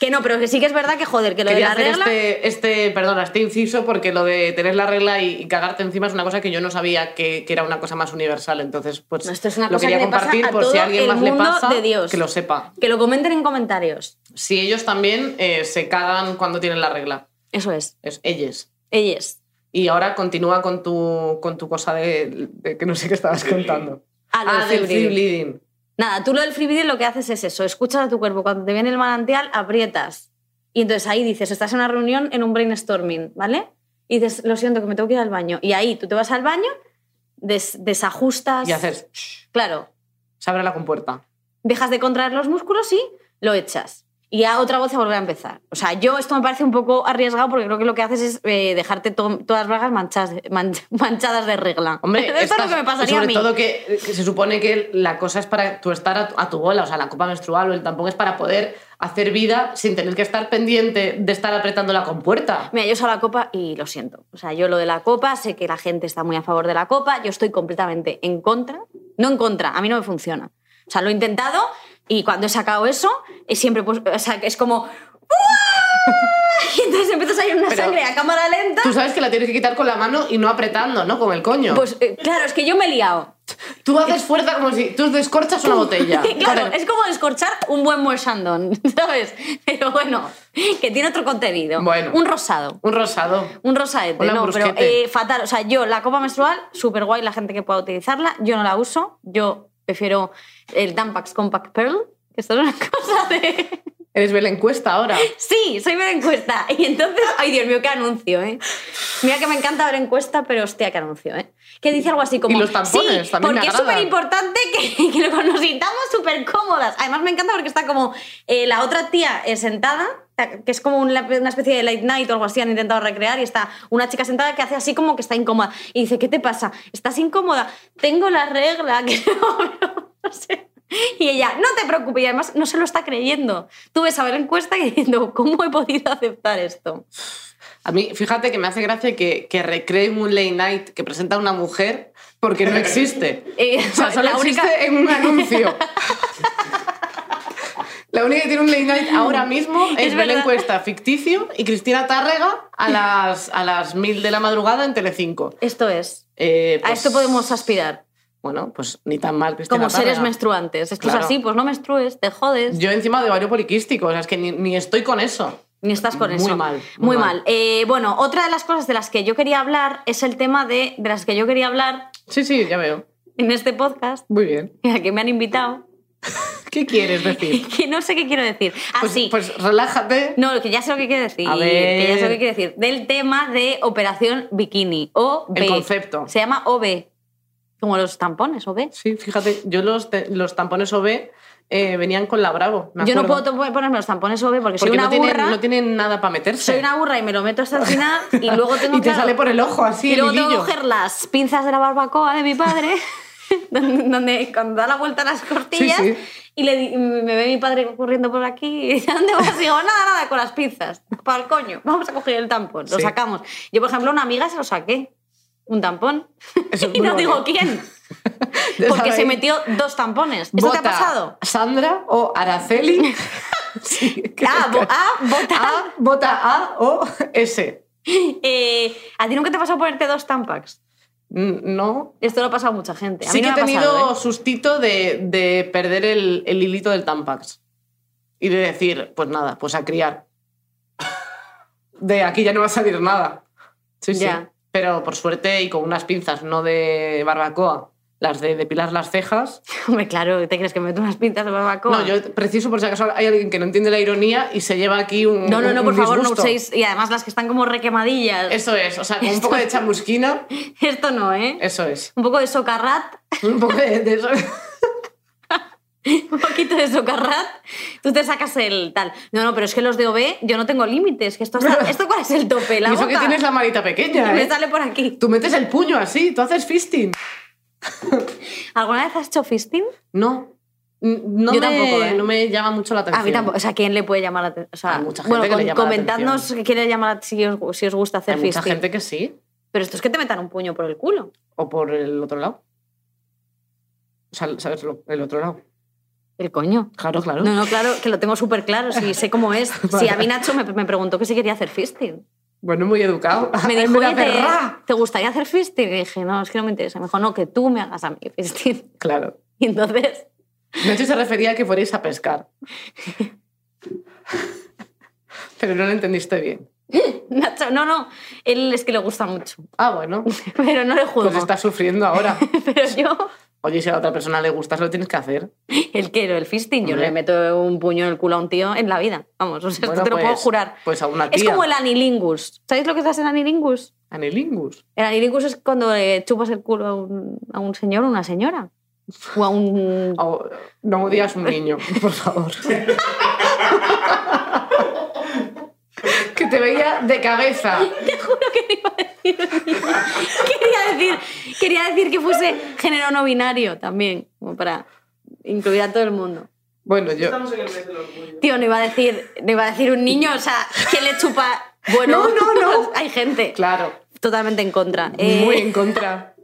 S2: Que no, pero que sí que es verdad que joder, que lo
S1: Quería
S2: de
S1: hacer
S2: la regla.
S1: este, este, perdona, este inciso porque lo de tener la regla y, y cagarte encima es una cosa que yo no sabía que, que era una cosa más universal. Entonces, pues
S2: No, esto es una
S1: lo
S2: cosa
S1: quería
S2: que le pasa
S1: compartir
S2: a
S1: por si
S2: todo
S1: a alguien
S2: el
S1: más le
S2: mundo
S1: pasa,
S2: de Dios.
S1: que lo sepa.
S2: Que lo comenten en comentarios.
S1: Si ellos también eh, se cagan cuando tienen la regla.
S2: Eso es.
S1: Es ellos.
S2: Ellas.
S1: Y ahora continúa con tu, con tu cosa de, de que no sé qué estabas contando.
S2: Ah, lo del
S1: del
S2: free
S1: free
S2: bleeding.
S1: bleeding.
S2: Nada, tú lo del free video lo que haces es eso. Escuchas a tu cuerpo. Cuando te viene el manantial, aprietas. Y entonces ahí dices, estás en una reunión, en un brainstorming, ¿vale? Y dices, lo siento, que me tengo que ir al baño. Y ahí tú te vas al baño, des- desajustas.
S1: Y haces, shh,
S2: Claro,
S1: se abre la compuerta.
S2: dejas de contraer los músculos y lo echas. Y a otra voz a volver a empezar. O sea, yo esto me parece un poco arriesgado porque creo que lo que haces es eh, dejarte to- todas las bragas manchas- man- manchadas de regla.
S1: Hombre,
S2: esto es
S1: estás-
S2: lo que me pasaría
S1: sobre
S2: a mí.
S1: todo que, que se supone que la cosa es para tú estar a tu, a tu bola, o sea, la copa menstrual o el tampón es para poder hacer vida sin tener que estar pendiente de estar apretando la compuerta.
S2: Mira, yo soy a la copa y lo siento. O sea, yo lo de la copa, sé que la gente está muy a favor de la copa, yo estoy completamente en contra. No en contra, a mí no me funciona. O sea, lo he intentado y cuando he sacado eso, eh, siempre pues, o sea, que es como... ¡Uah! Y entonces empiezas a ir una
S1: Pero-
S2: sangre a cámara lenta.
S1: Tú sabes que la tienes que quitar con la mano y no apretando, ¿no? Con el coño.
S2: Pues eh, claro, es que yo me he liado.
S1: tú haces fuerza como si tú descorchas una botella.
S2: claro,
S1: Con el-
S2: es como descorchar un buen Moët Chandon, ¿sabes? Pero bueno, que tiene otro contenido.
S1: Bueno.
S2: Un rosado.
S1: Un rosado.
S2: Un rosaete,
S1: Hola,
S2: no,
S1: brusquete.
S2: pero eh, fatal. O sea, yo la copa menstrual, súper guay la gente que pueda utilizarla. Yo no la uso. Yo prefiero el Tampax Compact Pearl, que esto es una cosa de...
S1: Eres Belén encuesta ahora.
S2: Sí, soy ver encuesta. Y entonces, ay Dios mío, qué anuncio, ¿eh? Mira que me encanta ver encuesta, pero hostia, qué anuncio, ¿eh? Que dice algo así como...
S1: Y los tampones,
S2: sí,
S1: también me
S2: porque es
S1: agradan".
S2: súper importante que, que lo- nos sintamos súper cómodas. Además me encanta porque está como eh, la otra tía eh, sentada, que es como una una especie de late night o algo así, han intentado recrear, y está una chica sentada que hace así como que está incómoda. Y dice, ¿qué te pasa? ¿Estás incómoda? Tengo la regla, que no, no, no sé. Y ella, no te preocupes, y además no se lo está creyendo. Tú ves a ver encuesta y diciendo, ¿cómo he podido aceptar esto?
S1: A mí, fíjate que me hace gracia que, que recreen un late night que presenta una mujer porque no existe.
S2: Eh,
S1: O sea, solo
S2: la única-
S1: existe en un anuncio. La única que tiene un late night ahora mismo es,
S2: Es
S1: Belén
S2: verdad.
S1: Cuesta, ficticio, y Cristina Tárrega a las, a las 1000 de la madrugada en Telecinco.
S2: Esto es.
S1: Eh,
S2: A
S1: pues,
S2: esto podemos aspirar.
S1: Bueno, pues ni tan mal, Cristina
S2: Como seres
S1: Tárrega.
S2: menstruantes. Esto
S1: Claro.
S2: es así, pues no menstrues, te jodes.
S1: Yo encima de ovario poliquístico, o sea, es que ni, ni estoy con eso.
S2: Ni estás con
S1: Muy
S2: eso.
S1: mal, muy
S2: Muy,
S1: mal.
S2: mal. Eh, bueno, otra de las cosas de las que yo quería hablar es el tema de, de las que yo quería hablar
S1: Sí, sí, ya veo.
S2: en este podcast,
S1: Muy bien.
S2: a que me han invitado,
S1: ¿Qué quieres decir?
S2: que no sé qué quiero decir.
S1: Pues,
S2: Así.
S1: pues relájate.
S2: Ah, no, que ya sé lo que quiero decir.
S1: A ver.
S2: Que ya sé lo que quiero decir. Del tema de Operación Bikini. OB.
S1: El concepto.
S2: Se llama OB. Como los tampones, OB.
S1: Sí, fíjate, yo los, te- los tampones OB eh, venían con la Bravo. me
S2: Yo no puedo
S1: acuerdo.
S2: to- ponerme los tampones OB porque, soy
S1: Porque
S2: una
S1: no, tienen,
S2: burra.
S1: no tienen nada para meterse.
S2: Soy una burra y me lo meto hasta el final y luego tengo
S1: y te
S2: claro,
S1: sale por el ojo así
S2: y
S1: el
S2: luego tengo que
S1: hilillo.
S2: coger las pinzas de la barbacoa de mi padre, donde, donde cuando da la vuelta a las costillas,
S1: Sí, sí.
S2: y le di- me ve mi padre corriendo por aquí, y dice, ¿dónde vas? Y digo, nada, nada, con las pinzas, para el coño, vamos a coger el tampón, lo
S1: Sí.
S2: sacamos. Yo, por ejemplo, a una amiga se lo saqué, un tampón,
S1: Eso es
S2: y no
S1: muy
S2: digo
S1: bueno.
S2: quién,
S1: Ya
S2: porque se
S1: sabéis.
S2: metió dos tampones. ¿Eso te
S1: Vota
S2: ha pasado?
S1: Sandra o Araceli. sí, que-
S2: Ah, bo- ah, vota.
S1: A, vota A o S.
S2: Eh, ¿A ti nunca te ha pasado ponerte dos tampax?
S1: Mm, No.
S2: Esto lo ha pasado a mucha gente. A
S1: sí
S2: mí
S1: que he
S2: no me ha
S1: tenido
S2: pasado, ¿eh?
S1: sustito de, de perder el, el hilito del Tampax. Y de decir, pues nada, pues a criar. De aquí ya no va a salir nada. Sí, sí.
S2: Ya.
S1: Pero por suerte y con unas pinzas, no de barbacoa, las de depilar las cejas.
S2: ¿eh? Hombre, claro, ¿te crees que me meto unas pintas de barbacoa?
S1: No, yo preciso por si acaso hay alguien que no entiende la ironía y se lleva aquí un.
S2: No, no, no,
S1: Eh, un
S2: por favor, no
S1: disgusto.
S2: uséis. Y además las que están como requemadillas.
S1: Eso es, o sea, con un poco de chamusquina,
S2: Esto no, ¿eh?
S1: eso es.
S2: Un poco de socarrat,
S1: Un poco de, de eso.
S2: un poquito de socarrat, tú te sacas el tal. No, no, pero es que los de OB yo no tengo límites. Que esto, está- ¿Esto cuál es el tope? La
S1: y eso que
S2: boca.
S1: tienes la manita pequeña.
S2: Me
S1: ¿eh?
S2: sale por aquí.
S1: Tú metes el puño así, tú haces fisting.
S2: ¿Alguna vez has hecho fisting?
S1: No. N- No
S2: Yo
S1: me,
S2: tampoco, ¿eh?
S1: no me llama mucho la atención.
S2: A mí tampoco. O sea, ¿quién le puede llamar la atención? O sea,
S1: Hay mucha gente
S2: bueno,
S1: que le
S2: con-
S1: llama la
S2: comentadnos
S1: atención.
S2: qué le llama la- si os, si os gusta hacer
S1: Hay mucha
S2: fisting.
S1: gente que sí,
S2: Pero esto es que te metan un puño por el culo.
S1: o por el otro lado. O sea, ¿sabes? lo- El otro lado.
S2: El coño.
S1: Claro, claro.
S2: No, no, claro, que lo tengo súper claro, sí, sé cómo es. Si
S1: Vale.
S2: a mí Nacho me, me preguntó que si quería hacer fisting.
S1: Bueno, muy educado.
S2: Me
S1: Él
S2: dijo,
S1: la
S2: "Oye, ¿te,
S1: perra".
S2: te gustaría hacer fisting? Y dije, no, es que no me interesa. Me dijo, no, que tú me hagas a mí fisting.
S1: Claro.
S2: Y entonces,
S1: Nacho se refería a que fuerais a pescar. Pero no lo entendiste bien.
S2: Nacho, no, no, él es que le gusta mucho,
S1: Ah, bueno.
S2: pero no le juzgo.
S1: Pues estás sufriendo ahora.
S2: Pero yo,
S1: Oye, si a la otra persona le gustas, lo tienes que hacer.
S2: el quiero, el fisting, yo
S1: Hombre.
S2: le meto un puño en el culo a un tío en la vida. Vamos, o sea, esto
S1: Bueno,
S2: te lo
S1: pues-
S2: puedo jurar.
S1: Pues a una tía.
S2: Es como el anilingus. ¿Sabéis lo que es el anilingus?
S1: Anilingus.
S2: El anilingus es cuando le chupas el culo a un, a un señor o una señora. O a un
S1: Oh, no digas un niño, por favor. que te veía de cabeza.
S2: Te juro que no iba a decir un niño. quería decir Quería decir que fuese género no binario también, como para incluir a todo el mundo.
S1: Bueno, yo.
S3: Estamos en el mes del orgullo.
S2: Tío, no iba a decir, no iba a decir un niño, o sea, que le chupa. Bueno,
S1: No, no, no.
S2: hay gente
S1: Claro,
S2: totalmente en contra. Eh,
S1: muy en contra.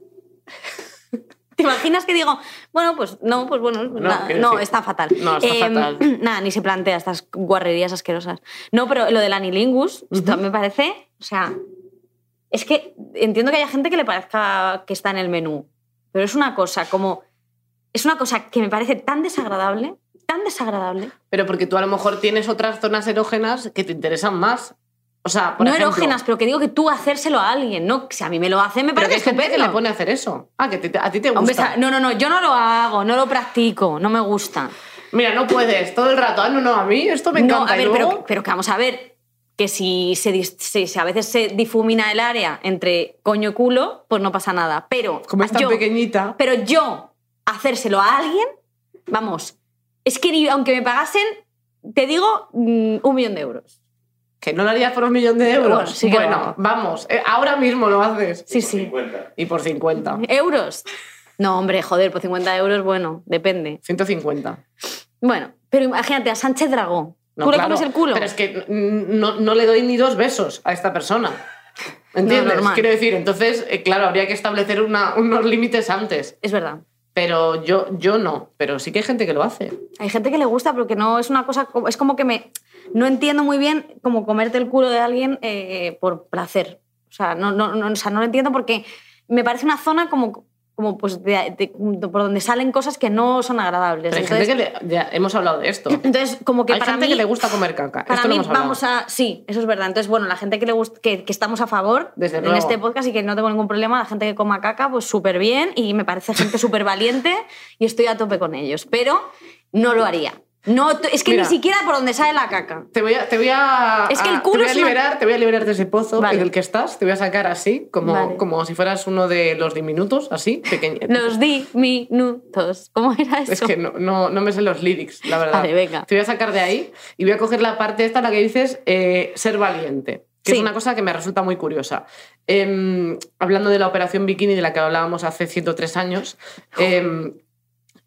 S2: ¿Te imaginas que digo, bueno, pues no, pues bueno,
S1: No,
S2: nada,
S1: quiero
S2: no,
S1: decir-
S2: está fatal. Em,
S1: No, está fatal.
S2: Nada, ni se plantea estas guarrerías asquerosas. No, pero lo del anilingus, esto me parece, o sea, es que entiendo que haya gente que le parezca que está en el menú, pero es una cosa como, es una cosa que me parece tan desagradable, tan desagradable.
S1: Pero porque tú a lo mejor tienes otras zonas erógenas que te interesan más. O sea, por
S2: no
S1: ejemplo,
S2: erógenas, pero que digo que tú hacérselo a alguien, no, si a mí me lo hace, me
S1: Pero que
S2: parece
S1: hay gente que
S2: estupendo.
S1: le pone a hacer eso. Ah, que te- a ti te gusta.
S2: Hombre, esa- no, no, no, yo no lo hago, no lo practico, no me gusta.
S1: Mira, no puedes todo el rato. Ah, no, no, a mí esto me encanta.
S2: No, a
S1: y
S2: ver,
S1: luego-
S2: pero, pero que vamos a ver, que si, se, dis- si- si a veces se difumina el área entre coño y culo, pues no pasa nada. Pero
S1: Como es tan
S2: yo,
S1: pequeñita.
S2: pero yo hacérselo a alguien, vamos, es que ni- aunque me pagasen, te digo, mm, un millón de euros.
S1: Que no lo harías por un millón de euros.
S2: Bueno, sí que
S1: Bueno,
S2: no.
S1: vamos, eh, ahora mismo lo haces.
S2: Sí,
S3: Por
S2: sí.
S3: 50.
S1: Y por 50.
S2: ¿Euros? No, hombre, joder, por 50 euros, bueno, depende.
S1: 150.
S2: Bueno, pero imagínate a Sánchez Dragón.
S1: No,
S2: ¿Tú le
S1: claro,
S2: comes el culo?
S1: Pero es que no, no le doy ni dos besos a esta persona. ¿Entiendes?
S2: normal.
S1: Quiero decir, entonces, eh, claro, habría que establecer una- unos límites antes.
S2: Es verdad.
S1: Pero yo, yo no. Pero sí que hay gente que lo hace.
S2: Hay gente que le gusta, pero que no es una cosa. como- Es como que me. No entiendo muy bien como comerte el culo de alguien eh, por placer. O sea, no, no, no, o sea, no lo entiendo porque me parece una zona como, como pues de- de- por donde salen cosas que no son agradables.
S1: Pero hay
S2: entonces,
S1: gente que le, ya hemos hablado de esto.
S2: entonces, como que
S1: hay
S2: para
S1: gente
S2: mí.
S1: que le gusta comer caca.
S2: Para
S1: esto lo
S2: mí,
S1: hemos hablado.
S2: vamos a. Sí, eso es verdad. Entonces, bueno, la gente que le gusta, que, que estamos a favor
S1: Desde
S2: en
S1: luego.
S2: este podcast y que no tengo ningún problema, la gente que coma caca, pues súper bien y me parece gente súper valiente y estoy a tope con ellos. Pero no lo haría. No, t- es que
S1: Mira.
S2: ni siquiera por donde sale la caca.
S1: Te voy a. Te voy a
S2: Es que el
S1: a-
S2: culo
S1: te voy a
S2: es una-
S1: liberar, te voy a liberar de ese pozo
S2: Vale.
S1: en el que estás. Te voy a sacar así, como,
S2: Vale.
S1: como si fueras uno de los diminutos, así, pequeño.
S2: Los diminutos. ¿Cómo era eso?
S1: Es que no, no, no me sé los lyrics, la verdad.
S2: Vale, venga.
S1: Te voy a sacar de ahí y voy a coger la parte esta, la que dices eh, ser valiente, que
S2: Sí.
S1: es una cosa que me resulta muy curiosa. Em, hablando de la operación bikini de la que hablábamos hace 103 años, em,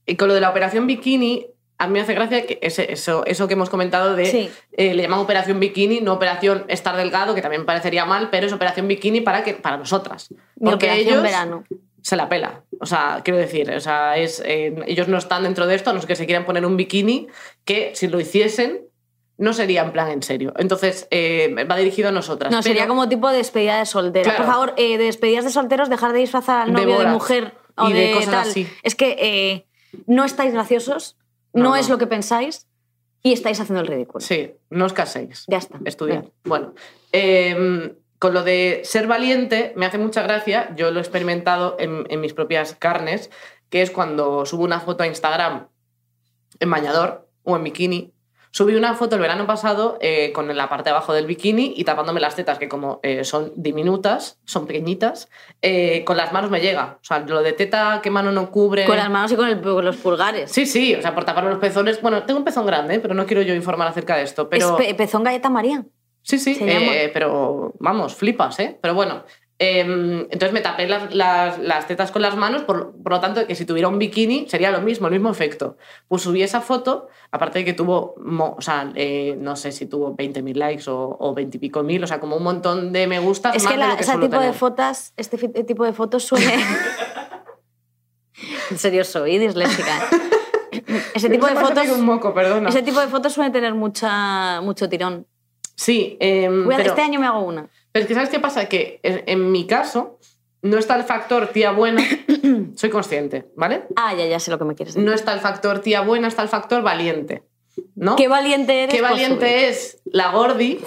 S1: y con lo de la operación bikini, a mí me hace gracia que ese- eso, eso que hemos comentado de
S2: Sí.
S1: eh, le llamamos operación bikini, no operación estar delgado, que también parecería mal, pero es operación bikini para, que, para nosotras.
S2: Mi
S1: Porque
S2: operación
S1: ellos
S2: verano.
S1: se la pela. O sea, quiero decir, o sea, es, eh, ellos no están dentro de esto, a no ser que se quieran poner un bikini, que si lo hiciesen, no sería en plan en serio. Entonces, eh, va dirigido a nosotras.
S2: No,
S1: Pero
S2: sería como tipo de despedida de soltero.
S1: Claro.
S2: Por favor, eh, de despedidas de solteros, dejar de disfrazar al
S1: De
S2: novio de,
S1: bodas.
S2: mujer o
S1: Y
S2: de,
S1: de cosas
S2: tal.
S1: así.
S2: Es que eh, no estáis graciosos, no,
S1: No, no.
S2: es lo que pensáis y estáis haciendo el ridículo.
S1: Sí, no os caséis.
S2: Ya está.
S1: Estudiar.
S2: Venga.
S1: Bueno, eh, con lo de ser valiente, me hace mucha gracia, yo lo he experimentado en, en mis propias carnes, que es cuando subo una foto a Instagram en bañador o en bikini. Subí una foto el verano pasado eh, con la parte de abajo del bikini y tapándome las tetas, que como eh, son diminutas, son pequeñitas, eh, con las manos me llega. O sea, lo de teta que mano no cubre.
S2: Con las manos y con, el- con los pulgares.
S1: Sí, sí, o sea, por taparme los pezones. Bueno, tengo un pezón grande, ¿eh? pero no quiero yo informar acerca de esto. Pero...
S2: Es pe- pezón galleta María.
S1: Sí, sí,
S2: Se llama-
S1: eh, pero vamos, flipas, ¿eh? Pero bueno, eh, entonces me tapé las, las- las tetas con las manos, por, por lo tanto, que si tuviera un bikini sería lo mismo, el mismo efecto. Pues subí esa foto, aparte de que tuvo, mo- o sea, eh, no sé si tuvo 20.000 likes o, o 20 y pico mil, o sea, como un montón de me gustas.
S2: Es
S1: más
S2: que,
S1: de
S2: la-
S1: lo que
S2: ese
S1: suelo
S2: tipo de
S1: tener.
S2: fotos, este fi- tipo de fotos suele. en serio, soy disléxica. eh. ese tipo
S1: Se
S2: de
S1: me ha
S2: fotos.
S1: salido un moco, perdona.
S2: Ese tipo de fotos suele tener mucha, mucho tirón.
S1: Sí, eh,
S2: Voy a-
S1: pero-
S2: Este año me hago una.
S1: Pero es que ¿sabes qué pasa? Que en, en mi caso no está el factor tía buena, soy consciente, ¿vale?
S2: Ah, ya, ya sé lo que me quieres decir.
S1: no está el factor tía buena, está el factor valiente. ¿No?
S2: Qué valiente eres. pues,
S1: Qué
S2: por subir.
S1: valiente es la Gordi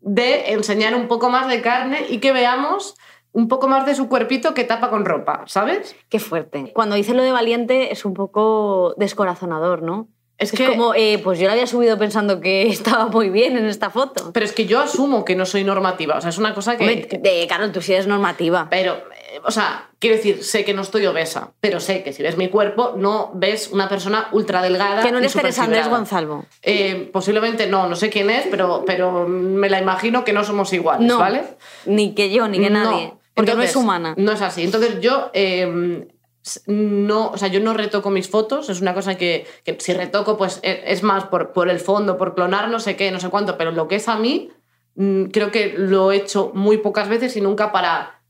S1: de enseñar un poco más de carne y que veamos un poco más de su cuerpito que tapa con ropa, ¿sabes?
S2: Qué fuerte. Cuando dice lo de valiente es un poco descorazonador, ¿no?
S1: Es que-
S2: como, eh, pues yo la había subido pensando que estaba muy bien en esta foto.
S1: Pero es que yo asumo que no soy normativa, o sea, es una cosa que...
S2: Hombre, de, Carol, tú sí eres normativa.
S1: Pero, eh, o sea, quiero decir, sé que no estoy obesa, pero sé que si ves mi cuerpo no ves una persona ultra delgada.
S2: Que no
S1: y
S2: eres Teresa Andrés
S1: superfibrada.
S2: Gonzalvo.
S1: Eh, posiblemente no, no sé quién es, pero, pero me la imagino que no somos iguales,
S2: No.
S1: Pues ¿vale?
S2: Ni que yo, ni que
S1: No.
S2: nadie. Porque
S1: Entonces,
S2: no es humana.
S1: No es así. Entonces yo eh, s- no, o sea, yo no retoco mis fotos. Es una cosa que, que si retoco, pues e- es más por, por el fondo, por clonar, no sé qué, no sé cuánto. Pero lo que es a mí, mm, creo que lo he hecho muy pocas veces y nunca para,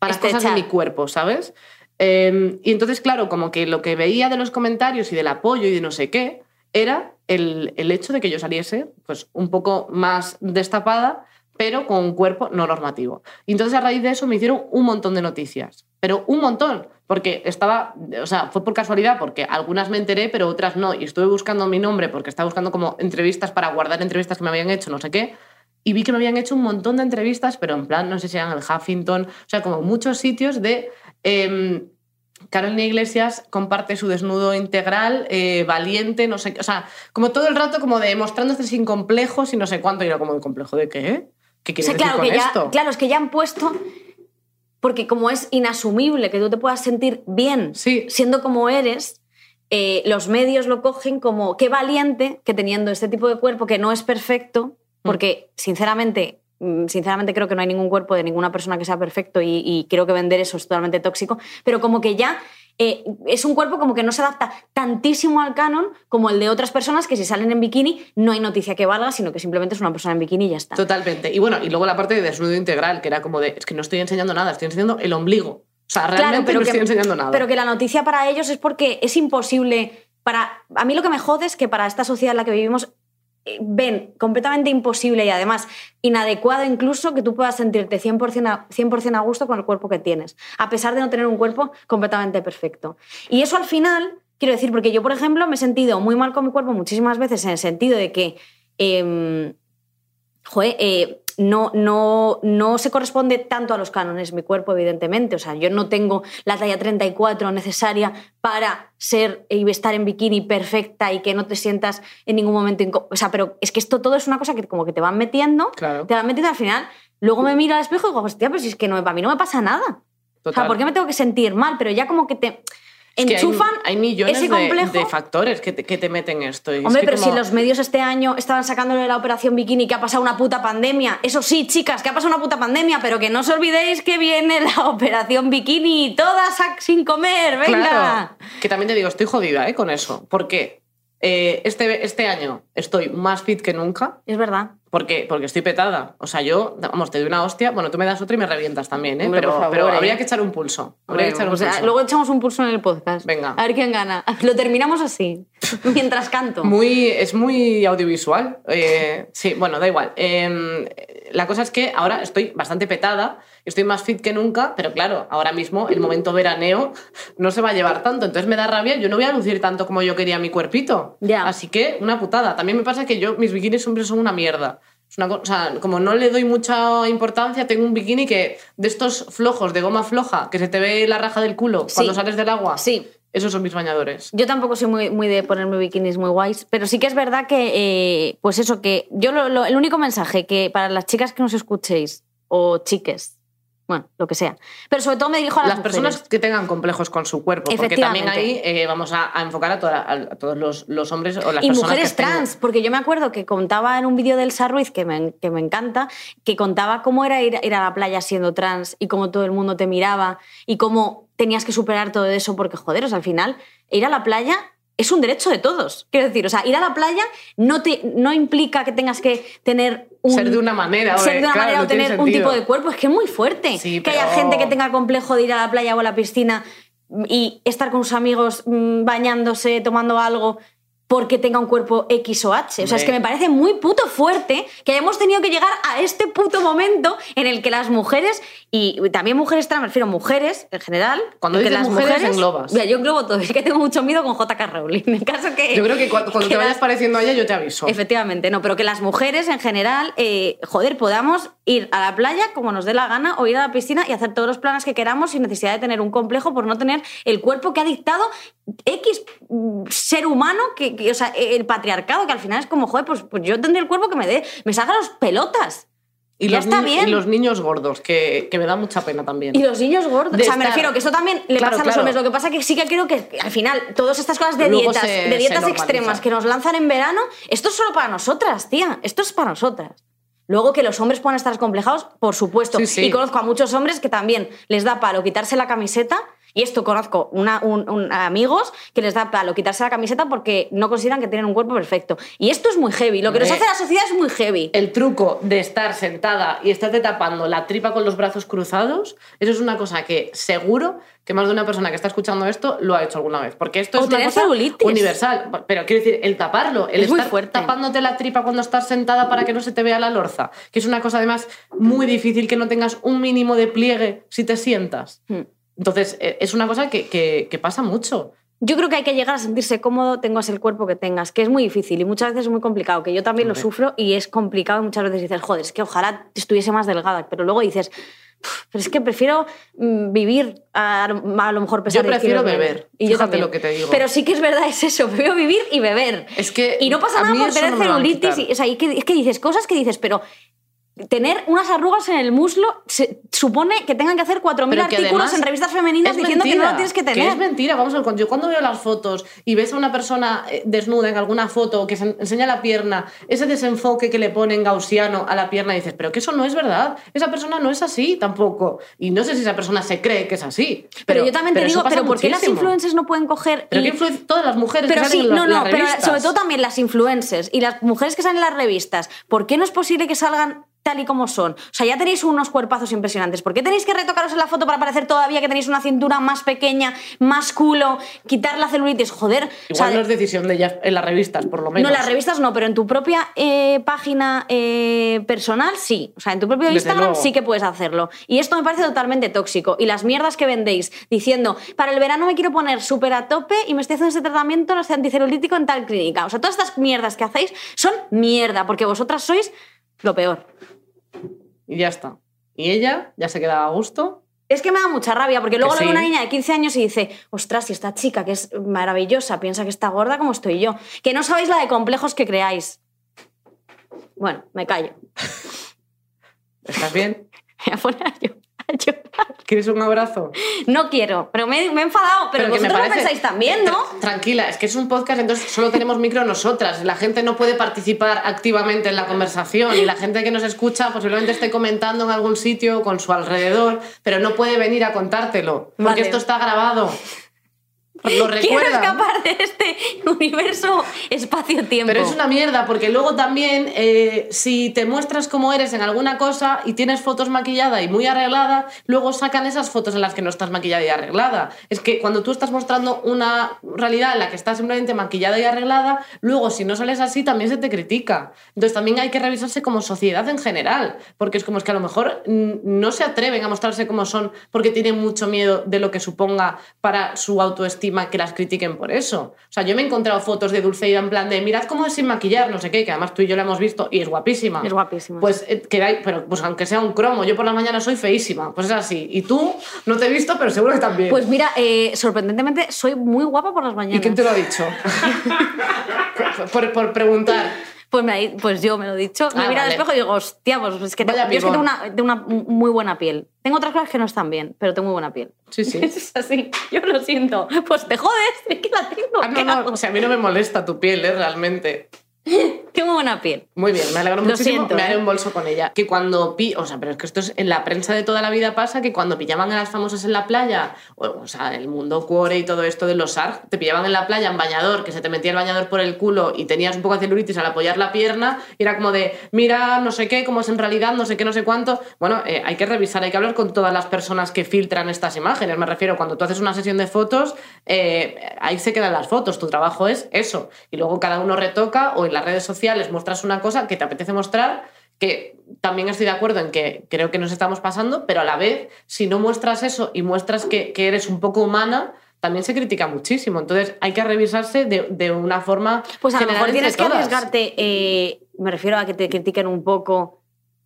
S1: para cosas de
S2: Estrechar.
S1: mi cuerpo, ¿sabes? Eh, y entonces, claro, como que lo que veía de los comentarios y del apoyo y de no sé qué, era el, el hecho de que yo saliese pues, un poco más destapada, pero con un cuerpo no normativo. Y entonces a raíz de eso me hicieron un montón de noticias, pero un montón, porque estaba, o sea, fue por casualidad, porque algunas me enteré, pero otras no, y estuve buscando mi nombre, porque estaba buscando como entrevistas para guardar entrevistas que me habían hecho, no sé qué. Y vi que me habían hecho un montón de entrevistas, pero en plan, no sé si eran el Huffington, o sea, como muchos sitios de em, Carolina Iglesias comparte su desnudo integral, eh, valiente, no sé qué. O sea, como todo el rato, como de mostrándose sin complejos y no sé cuánto. Y era como el complejo de qué. ¿Qué
S2: O
S1: quieres
S2: sea,
S1: decir
S2: claro,
S1: con
S2: que ya,
S1: esto?
S2: claro, es que ya han puesto. Porque como es inasumible que tú te puedas sentir bien
S1: Sí.
S2: siendo como eres, eh, los medios lo cogen como qué valiente que teniendo este tipo de cuerpo que no es perfecto, porque sinceramente. mm, Sinceramente creo que no hay ningún cuerpo de ninguna persona que sea perfecto y, y creo que vender eso es totalmente tóxico, pero como que ya eh, es un cuerpo como que no se adapta tantísimo al canon como el de otras personas que si salen en bikini no hay noticia que valga, sino que simplemente es una persona en bikini y ya está.
S1: Totalmente. Y bueno, y luego la parte de desnudo integral, que era como de, es que no estoy enseñando nada, estoy enseñando el ombligo. O sea, realmente no estoy enseñando nada.
S2: Pero que la noticia para ellos es porque es imposible. Para, a mí lo que me jode es que para esta sociedad en la que vivimos eh, ven completamente imposible y además inadecuado incluso que tú puedas sentirte 100% a, 100% a gusto con el cuerpo que tienes, a pesar de no tener un cuerpo completamente perfecto. Y eso al final, quiero decir, porque yo, por ejemplo, me he sentido muy mal con mi cuerpo muchísimas veces en el sentido de que... em, joe, eh, no, no, no se corresponde tanto a los cánones mi cuerpo, evidentemente. O sea, yo no tengo la talla 34 necesaria para ser eh, y estar en bikini perfecta y que no te sientas en ningún momento incómodo. O sea, pero es que esto todo es una cosa que como que te van metiendo,
S1: Claro.
S2: te van metiendo al final. Luego me miro al espejo y digo, hostia, pero si es que no, a mí no me pasa nada. O sea,
S1: Total.
S2: ¿por qué me tengo que sentir mal? Pero ya como que te
S1: que hay-
S2: enchufan
S1: hay, millones de-
S2: ese complejo.
S1: De, factores que te, que te meten esto. y es
S2: Hombre,
S1: que
S2: pero
S1: como-
S2: si los medios este año estaban sacándole la operación bikini que ha pasado una puta pandemia. Eso sí, chicas, que ha pasado una puta pandemia, pero que no os olvidéis que viene la operación bikini, todas a- sin comer, venga.
S1: Claro. Que también te digo, estoy jodida ¿eh? con eso. ¿Por qué? Eh, este, este año estoy más fit que nunca.
S2: Es verdad.
S1: ¿Por qué? Porque estoy petada. O sea, yo, vamos, te doy una hostia. Bueno, tú me das otra y me revientas también, ¿eh?
S2: Hombre,
S1: pero
S2: por favor,
S1: pero
S2: ¿eh?
S1: habría que echar un pulso. Habría que echar un
S2: Bueno, pues,
S1: pulso.
S2: ah, luego echamos un pulso en el podcast.
S1: Venga.
S2: A ver quién gana. Lo terminamos así, mientras canto.
S1: Muy, es muy audiovisual. eh, sí, bueno, da igual. Eh, la cosa es que ahora estoy bastante petada, estoy más fit que nunca, pero claro, ahora mismo el momento veraneo no se va a llevar tanto, entonces me da rabia, yo no voy a lucir tanto como yo quería mi cuerpito.
S2: Ya.
S1: Así que una putada. También me pasa que yo, mis bikinis siempre son una mierda. Es una cosa, como no le doy mucha importancia, tengo un bikini que de estos flojos, de goma floja, que se te ve la raja del culo
S2: Sí.
S1: cuando sales del agua.
S2: Sí.
S1: Esos son mis bañadores.
S2: Yo tampoco soy muy, muy de ponerme bikinis muy guays, pero sí que es verdad que, eh, pues eso, que yo lo- lo- el único mensaje que para las chicas que nos escuchéis, o chiques, bueno, lo que sea, pero sobre todo me dirijo a las,
S1: las personas
S2: mujeres.
S1: que tengan complejos con su cuerpo, porque también ahí
S2: Efectivamente.
S1: eh, vamos a, a enfocar a, toda- a todos los, los hombres o las
S2: y
S1: personas
S2: mujeres
S1: que tengan-
S2: trans, porque yo me acuerdo que contaba en un vídeo del Sarruiz, que me, que me encanta, que contaba cómo era ir, ir a la playa siendo trans y cómo todo el mundo te miraba y cómo tenías que superar todo eso, porque joder, o sea, al final, ir a la playa es un derecho de todos. Quiero decir, o sea, ir a la playa no, te, no implica que tengas que tener un.
S1: Ser de una manera,
S2: ser
S1: hombre,
S2: de una
S1: claro,
S2: manera o
S1: no tiene
S2: tener un
S1: sentido.
S2: tipo de cuerpo. Es que es muy fuerte
S1: Sí,
S2: que haya
S1: pero-
S2: gente que tenga complejo de ir a la playa o a la piscina y estar con sus amigos mm, bañándose, tomando algo porque tenga un cuerpo X o H. O sea, es
S1: Hombre.
S2: que me parece muy puto fuerte que hayamos tenido que llegar a este puto momento en el que las mujeres, y también mujeres trans, me refiero a mujeres en general,
S1: Cuando
S2: en que
S1: dices
S2: las
S1: mujeres, englobas.
S2: Mira, yo englobo todo, es que tengo mucho miedo con JK Rowling. En caso que...
S1: Yo creo que cuando, cuando te
S2: las-
S1: vayas pareciendo a ella, yo te aviso.
S2: Efectivamente, no, pero que las mujeres en general, eh, joder, podamos ir a la playa como nos dé la gana o ir a la piscina y hacer todos los planes que queramos sin necesidad de tener un complejo por no tener el cuerpo que ha dictado X mm, ser humano, que, que, o sea, el patriarcado, que al final es como, joder, pues, pues yo tendré el cuerpo que me dé, me salgan los pelotas.
S1: Y,
S2: ya
S1: los
S2: está
S1: ni-
S2: bien.
S1: y los niños gordos, que, que me da mucha pena también.
S2: Y los niños gordos.
S1: De
S2: o sea, me
S1: estar-
S2: refiero que eso también le
S1: Claro,
S2: pasa a los
S1: claro.
S2: hombres. Lo que pasa que sí que creo que al final todas estas cosas de
S1: Luego
S2: dietas,
S1: se-
S2: de dietas
S1: se
S2: extremas
S1: normaliza.
S2: que nos lanzan en verano, esto es solo para nosotras, tía. Esto es para nosotras. Luego que los hombres puedan estar complejados, por supuesto.
S1: Sí, sí.
S2: Y conozco a muchos hombres que también les da palo quitarse la camiseta. Y esto conozco una, un- un- a amigos que les da palo quitarse la camiseta porque no consideran que tienen un cuerpo perfecto. Y esto es muy heavy. Lo que nos
S1: Hombre.
S2: hace la sociedad es muy heavy.
S1: El truco de estar sentada y estarte tapando la tripa con los brazos cruzados, eso es una cosa que seguro que más de una persona que está escuchando esto lo ha hecho alguna vez. Porque esto
S2: O
S1: es una
S2: tener
S1: cosa
S2: celulitis.
S1: universal. Pero quiero decir, el taparlo, el
S2: Es muy
S1: estar
S2: fuerte.
S1: tapándote la tripa cuando estás sentada para que no se te vea la lorza, que es una cosa además muy difícil que no tengas un mínimo de pliegue si te sientas.
S2: Hmm.
S1: Entonces, eh, es una cosa que, que- que pasa mucho.
S2: Yo creo que hay que llegar a sentirse cómodo, tengas el cuerpo que tengas, que es muy difícil y muchas veces es muy complicado, que yo también lo
S1: Hombre.
S2: sufro y es complicado y muchas veces dices, joder, es que ojalá estuviese más delgada, pero luego dices, "Uf, pero es que prefiero mm, vivir a, a lo mejor pesar
S1: Yo prefiero
S2: 10 kilos menos".
S1: beber,
S2: yo
S1: fíjate
S2: también.
S1: lo que te digo.
S2: Pero sí que es verdad, es eso, prefiero vivir y beber.
S1: Es que
S2: Y no pasa
S1: a
S2: nada
S1: mí
S2: por
S1: eso
S2: tener
S1: no me lo van a
S2: celulitis.
S1: quitar.
S2: y- o sea, y que- es que dices cosas que dices, pero tener unas arrugas en el muslo se- supone que tengan que hacer 4.000
S1: Pero que
S2: artículos
S1: además
S2: en revistas femeninas
S1: Es
S2: diciendo que no
S1: mentira,
S2: lo tienes que tener.
S1: es mentira, vamos al cuento. Yo cuando veo las fotos y ves a una persona eh, desnuda en alguna foto que se en- enseña la pierna, ese desenfoque que le ponen gaussiano a la pierna, dices, pero que eso no es verdad. Esa persona no es así tampoco. Y no sé si esa persona se cree que es así. Pero,
S2: Pero, yo también te
S1: eso
S2: digo,
S1: pasa
S2: pero ¿por qué las
S1: muchísimo.
S2: influencers no pueden coger
S1: Pero
S2: y-
S1: que influen- todas las mujeres
S2: Pero
S1: que salen
S2: sí,
S1: en la-
S2: no, no,
S1: las
S2: pero
S1: revistas.
S2: sobre todo también las influencers y las mujeres que salen en las revistas, ¿por qué no es posible que salgan tal y como son? O sea, ya tenéis unos cuerpazos impresionantes, ¿por qué tenéis que retocaros en la foto para parecer todavía que tenéis una cintura más pequeña, más culo, quitar la celulitis? Joder, o sea,
S1: Igual no es decisión de ellas en las revistas, por lo
S2: no,
S1: menos.
S2: en las revistas no, pero en tu propia eh, página eh, personal sí. O sea, en tu propio
S1: Desde
S2: Instagram
S1: luego.
S2: sí que puedes hacerlo. Y esto me parece totalmente tóxico. Y las mierdas que vendéis diciendo, para el verano me quiero poner súper a tope y me estoy haciendo este tratamiento no sé, anticelulítico en tal clínica. O sea, todas estas mierdas que hacéis son mierda, porque vosotras sois lo peor.
S1: Y ya está. Y ella ya se quedaba a gusto.
S2: Es que me da mucha rabia, porque luego
S1: Que
S2: lo ve
S1: sí.
S2: una niña de 15 años y dice, ostras, si esta chica que es maravillosa piensa que está gorda como estoy yo. Que no sabéis la de complejos que creáis. Bueno, me callo.
S1: ¿Estás bien?
S2: Me voy a poner a llorar, a llorar.
S1: ¿Quieres un abrazo?
S2: No quiero, pero me, me he enfadado. Pero,
S1: que me
S2: vosotros lo
S1: parece-
S2: pensáis también, ¿no?
S1: Tra- Tranquila, es que es un podcast, entonces solo tenemos micro nosotras. La gente no puede participar activamente en la conversación y la gente que nos escucha posiblemente esté comentando en algún sitio con su alrededor, pero no puede venir a contártelo porque
S2: Vale.
S1: esto está grabado. Lo
S2: Quiero
S1: recuerda.
S2: escapar de este universo espacio-tiempo.
S1: Pero es una mierda porque luego también eh, si te muestras como eres en alguna cosa y tienes fotos maquillada y muy arreglada, luego sacan esas fotos en las que no estás maquillada y arreglada. Es que cuando tú estás mostrando una realidad en la que estás simplemente maquillada y arreglada, luego si no sales así también se te critica. Entonces también hay que revisarse como sociedad en general, porque es como es que a lo mejor mm, no se atreven a mostrarse como son porque tienen mucho miedo de lo que suponga para su autoestima que las critiquen por eso. O sea, yo me he encontrado fotos de Dulceida en plan de mirad cómo es sin maquillar, no sé qué, que además tú y yo la hemos visto y es guapísima.
S2: Es guapísima.
S1: Pues eh, que hay- pero pues aunque sea un cromo, yo por la mañana soy feísima, pues es así. Y tú no te he visto, pero seguro que también.
S2: Pues mira, eh, sorprendentemente soy muy guapa por las mañanas.
S1: ¿Y quién te lo ha dicho? por, por preguntar.
S2: Pues, me ha- pues yo me lo he dicho. Me
S1: Ah,
S2: miro al
S1: vale.
S2: espejo y digo, hostia, pues es que, te-
S1: Vaya
S2: yo es que
S1: pibón.
S2: tengo, una, tengo una muy buena piel. Tengo otras cosas que no están bien, pero tengo muy buena piel.
S1: Sí, sí.
S2: Es así, yo lo siento. Pues te jodes, es que la tengo.
S1: Ah, no,
S2: ¿qué
S1: no,
S2: hago?
S1: o sea, a mí no me molesta tu piel, ¿eh? realmente.
S2: Tengo muy buena piel.
S1: Muy bien, me alegro
S2: Lo
S1: muchísimo.
S2: siento,
S1: me
S2: ¿eh?
S1: haré un bolso con ella. Que cuando pi, o sea, pero es que esto es en la prensa de toda la vida pasa que cuando pillaban a las famosas en la playa, o, o sea, el mundo cuore y todo esto de los ARG, te pillaban en la playa en bañador, que se te metía el bañador por el culo y tenías un poco de celulitis al apoyar la pierna, y era como de, mira, no sé qué, cómo es en realidad, no sé qué, no sé cuánto. Bueno, eh, hay que revisar, hay que hablar con todas las personas que filtran estas imágenes. Me refiero, cuando tú haces una sesión de fotos, eh, ahí se quedan las fotos, tu trabajo es eso. Y luego cada uno retoca o en las redes sociales muestras una cosa que te apetece mostrar, que también estoy de acuerdo en que creo que nos estamos pasando, pero a la vez, si no muestras eso y muestras que, que eres un poco humana, también se critica muchísimo. Entonces hay que revisarse de, de una forma...
S2: Pues a lo
S1: general
S2: mejor
S1: entre
S2: tienes que
S1: todas.
S2: arriesgarte, eh, me refiero a que te critiquen un poco.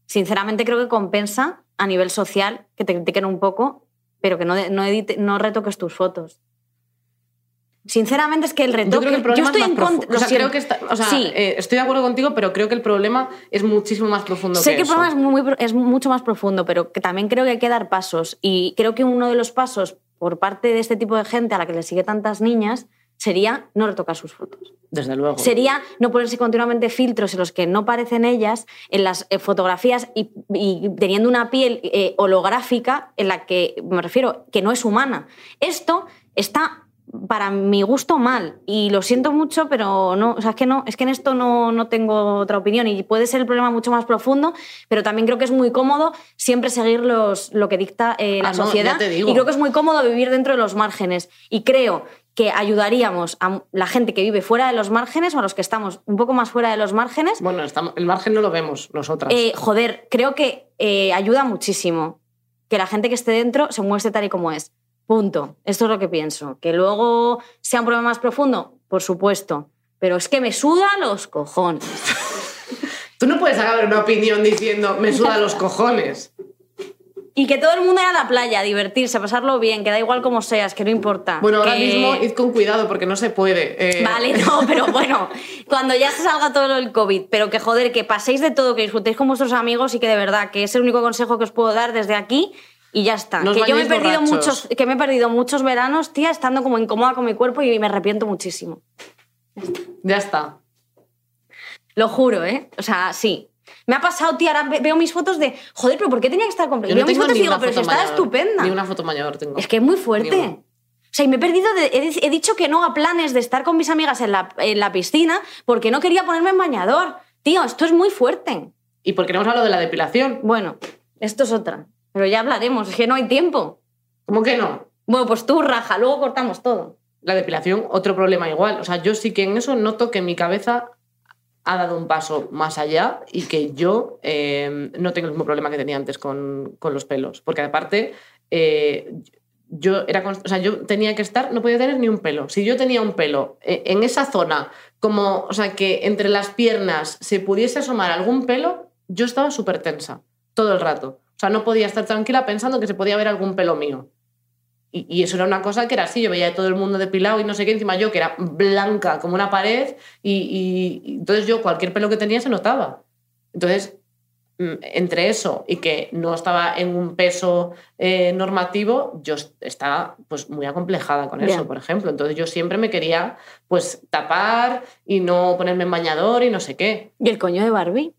S2: Sinceramente creo que compensa a nivel social que te critiquen un poco, pero que no, de- no, edite- no retoques tus fotos. Sinceramente es que el retoque...
S1: Yo creo que el problema
S2: estoy
S1: es
S2: en
S1: más profundo.
S2: contra... lo
S1: O sea, creo
S2: siento.
S1: que está- o sea,
S2: Sí.
S1: eh, estoy de acuerdo contigo, pero creo que el problema es muchísimo más profundo
S2: Sé
S1: que,
S2: que el
S1: eso.
S2: problema es, muy- muy- es mucho más profundo, pero que también creo que hay que dar pasos. Y creo que uno de los pasos por parte de este tipo de gente a la que le sigue tantas niñas sería no retocar sus fotos.
S1: Desde luego.
S2: Sería no ponerse continuamente filtros en los que no parecen ellas, en las eh, fotografías y, y teniendo una piel eh, holográfica en la que, me refiero, que no es humana. Esto está, para mi gusto, mal. Y lo siento mucho, pero no, o sea, es que no, es que en esto no, no tengo otra opinión. Y puede ser el problema mucho más profundo, pero también creo que es muy cómodo siempre seguir los, lo que dicta eh, la
S1: Ah, no,
S2: sociedad.
S1: ya te digo.
S2: Y creo que es muy cómodo vivir dentro de los márgenes. Y creo que ayudaríamos a la gente que vive fuera de los márgenes o a los que estamos un poco más fuera de los márgenes.
S1: Bueno, estamos- el margen no lo vemos nosotras.
S2: Eh, joder, creo que eh, ayuda muchísimo que la gente que esté dentro se muestre tal y como es. Punto. Esto es lo que pienso. Que luego sea un problema más profundo, por supuesto. Pero es que me suda los cojones.
S1: Tú no puedes acabar una opinión diciendo me suda los cojones.
S2: Y que todo el mundo vaya a la playa, a divertirse, a pasarlo bien, que da igual como seas, que no importa.
S1: Bueno, ahora
S2: Que-
S1: mismo id con cuidado porque no se puede. eh,
S2: Eh, Vale, no, pero bueno, cuando ya se salga todo el COVID, pero que joder, que paséis de todo, que disfrutéis con vuestros amigos y que de verdad, que es el único consejo que os puedo dar desde aquí y ya está.
S1: No os
S2: que yo me he
S1: bañéis
S2: perdido
S1: borrachos.
S2: muchos, que me he perdido muchos veranos, tía, estando como incómoda con mi cuerpo y me arrepiento muchísimo.
S1: Ya está.
S2: Lo juro, ¿eh? O sea, sí. Me ha pasado, tía, ahora ve- veo mis fotos de, joder, pero ¿por qué tenía que estar completa?
S1: Yo no
S2: veo mis
S1: tengo
S2: fotos
S1: ni
S2: y digo,
S1: una
S2: pero si
S1: foto
S2: estaba
S1: mayor,
S2: estupenda.
S1: Ni una foto mayor tengo.
S2: Es que es muy
S1: Ni una.
S2: fuerte. O sea, y me he perdido, de- he, he dicho que no a planes de estar con mis amigas en la, en la piscina porque no quería ponerme en bañador. Tío, esto es muy fuerte.
S1: Y porque no hemos hablado de la depilación.
S2: Bueno, esto es otra. Pero ya hablaremos, es que no hay tiempo.
S1: ¿Cómo que no?
S2: Bueno, pues tú raja, luego cortamos todo.
S1: La depilación, otro problema igual. O sea, yo sí que en eso noto que mi cabeza ha dado un paso más allá y que yo eh, no tengo el mismo problema que tenía antes con, con los pelos. Porque aparte, eh, yo era const- o sea, yo tenía que estar, no podía tener ni un pelo. Si yo tenía un pelo eh, en esa zona, como, o sea, que entre las piernas se pudiese asomar algún pelo, yo estaba súper tensa. todo el rato. O sea, no podía estar tranquila pensando que se podía ver algún pelo mío. Y, y eso era una cosa que era así, yo veía a todo el mundo depilado y no sé qué, encima yo que era blanca como una pared y, y- y entonces yo cualquier pelo que tenía se notaba. Entonces, mm, entre eso y que no estaba en un peso eh, normativo, yo est- estaba pues muy acomplejada con eso,
S2: Ya.
S1: por ejemplo. Entonces yo siempre me quería pues tapar y no ponerme en bañador y no sé qué.
S2: ¿Y el coño de Barbie?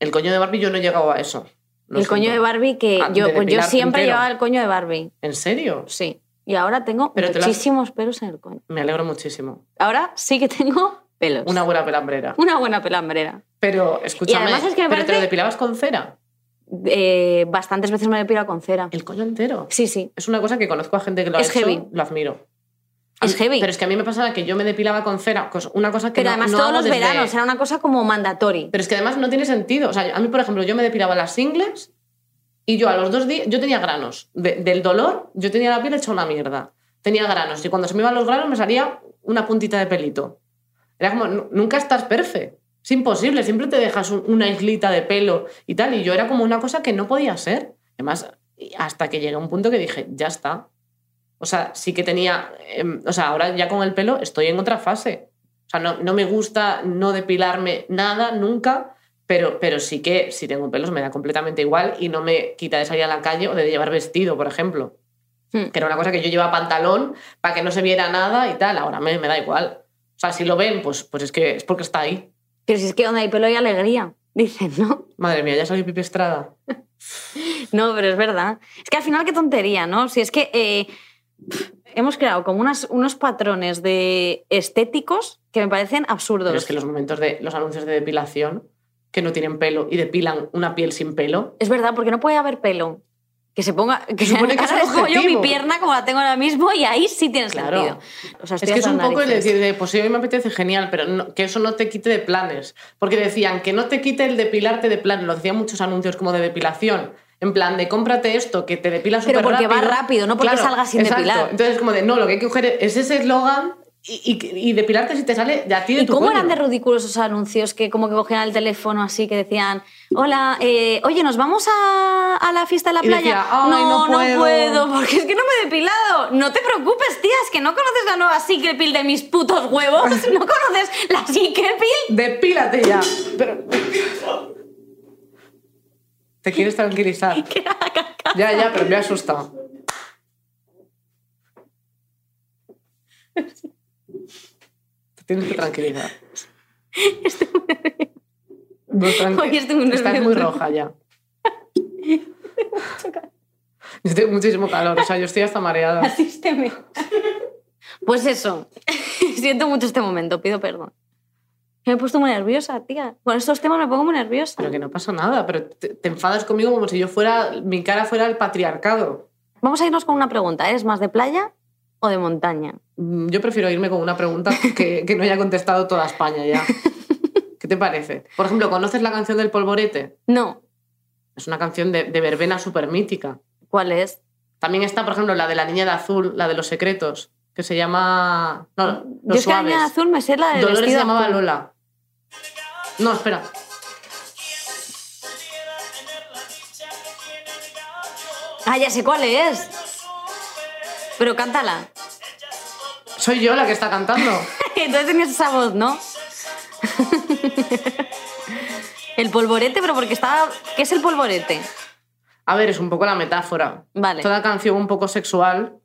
S1: El coño de Barbie yo no he llegado a eso. Lo
S2: el coño
S1: siento.
S2: de Barbie que
S1: Ah,
S2: yo,
S1: de
S2: pues yo
S1: depilarte
S2: siempre
S1: entero.
S2: llevaba el coño de Barbie,
S1: ¿En serio?
S2: sí. Y ahora tengo
S1: Pero te lo has-
S2: muchísimos pelos en el coño.
S1: Me alegro muchísimo.
S2: Ahora sí que tengo pelos.
S1: Una buena pelambrera.
S2: Una buena pelambrera.
S1: Pero escúchame,
S2: además es que me
S1: pero te lo
S2: parece-
S1: depilabas con cera,
S2: Eh, bastantes veces me he depilado con cera.
S1: el coño entero.
S2: Sí, sí.
S1: Es una cosa que conozco a gente que lo
S2: Es
S1: ha hecho,
S2: heavy.
S1: lo admiro.
S2: Es
S1: A-
S2: heavy.
S1: Pero es que a mí me pasaba que yo me depilaba con cera, cos- una cosa que
S2: Pero
S1: no-
S2: además
S1: no
S2: todos
S1: hago
S2: los
S1: desde-
S2: veranos era una cosa como mandatory.
S1: Pero es que además no tiene sentido. O sea, a mí, por ejemplo, yo me depilaba las ingles y yo a los dos días, yo tenía granos. De- del dolor, yo tenía la piel hecha una mierda. Tenía granos y cuando se me iban los granos me salía una puntita de pelito. Era como, "Nu- nunca estás perfecto. Es imposible, siempre te dejas un- una islita de pelo y tal. Y yo era como una cosa que no podía ser. Además, y hasta que llegué a un punto que dije, ya está. O sea, sí que tenía, em, o sea, ahora ya con el pelo estoy en otra fase. O sea, no, no me gusta no depilarme nada nunca, pero, pero sí que si tengo pelos me da completamente igual y no me quita de salir a la calle o de llevar vestido, por ejemplo.
S2: Hmm.
S1: Que era una cosa que yo llevaba pantalón para que no se viera nada y tal. Ahora me, me da igual. O sea, si lo ven, pues, pues es que es porque está ahí.
S2: Pero si es que donde hay pelo hay alegría, dicen, ¿no?
S1: Madre mía, ya soy Pipi Estrada.
S2: No, pero es verdad. Es que al final qué tontería, ¿no? Si es que eh, pf, hemos creado como unas- unos patrones de estéticos que me parecen absurdos.
S1: Pero es que los momentos de los anuncios de depilación que no tienen pelo y depilan una piel sin pelo.
S2: Es verdad, porque no puede haber pelo. Que se ponga. Que
S1: Se supone que
S2: ahora
S1: es el
S2: es como yo mi
S1: objetivo.
S2: pierna como la tengo ahora mismo y ahí sí tienes
S1: Claro.
S2: sentido. O sea,
S1: Es
S2: estoy
S1: que es
S2: hasta
S1: un
S2: las
S1: poco el
S2: narices.
S1: decir de, pues si hoy me apetece, genial, pero no- que eso no te quite de planes. Porque decían que no te quite el depilarte de planes. Lo decían muchos anuncios como de depilación. En plan de cómprate esto, que te depila
S2: Pero
S1: súper rápido.
S2: porque va rápido, no porque salgas sin
S1: exacto.
S2: depilar.
S1: Entonces como de, no, lo que hay que coger es ese eslogan y, y- y depilarte si te sale de a ti de
S2: ¿Y
S1: tu
S2: cómo
S1: coño.
S2: eran de ridículos esos anuncios que como que cogían el teléfono así, que decían, hola, eh, oye, nos vamos a, a la fiesta de la
S1: Y
S2: playa?
S1: decía, "Ay, no puedo".
S2: porque es que no me he depilado. No te preocupes, tía, es que no conoces la nueva Secret Pill de mis putos huevos, no conoces la Secret Pill.
S1: Depílate ya. Pero... Te quieres tranquilizar. Ya, ya, pero me ha asustado. Te tienes que tranquilizar. No, tranqui-
S2: Hoy estoy muy
S1: Estás muy
S2: nerviosa.
S1: roja ya. Yo tengo muchísimo calor, o sea, yo estoy hasta mareada.
S2: Asísteme. Pues eso, siento mucho este momento, pido perdón. Me he puesto muy nerviosa, tía. Con estos temas me pongo muy nerviosa.
S1: Pero que no pasa nada, pero te, te enfadas conmigo como si yo fuera, mi cara fuera el patriarcado.
S2: Vamos a irnos con una pregunta. ¿Eres más de playa o de montaña?
S1: Mm, Yo prefiero irme con una pregunta que, que no haya contestado toda España ya. ¿Qué te parece? Por ejemplo, ¿conoces la canción del polvorete?
S2: No.
S1: Es una canción de, de verbena súper mítica.
S2: ¿Cuál es?
S1: También está, por ejemplo, la de la niña de azul, la de los secretos, que se llama... No,
S2: Yo
S1: los
S2: es que la niña de
S1: suaves.
S2: azul me sé la del
S1: Dolores se
S2: vestido
S1: llamaba
S2: azul.
S1: Lola. No, espera.
S2: Ah, ya sé cuál es. Pero cántala.
S1: Soy yo la que está cantando.
S2: Entonces tenías esa voz, ¿no? el polvorete, pero porque estaba... ¿Qué es el polvorete?
S1: A ver, es un poco la metáfora.
S2: Vale.
S1: Toda canción un poco sexual,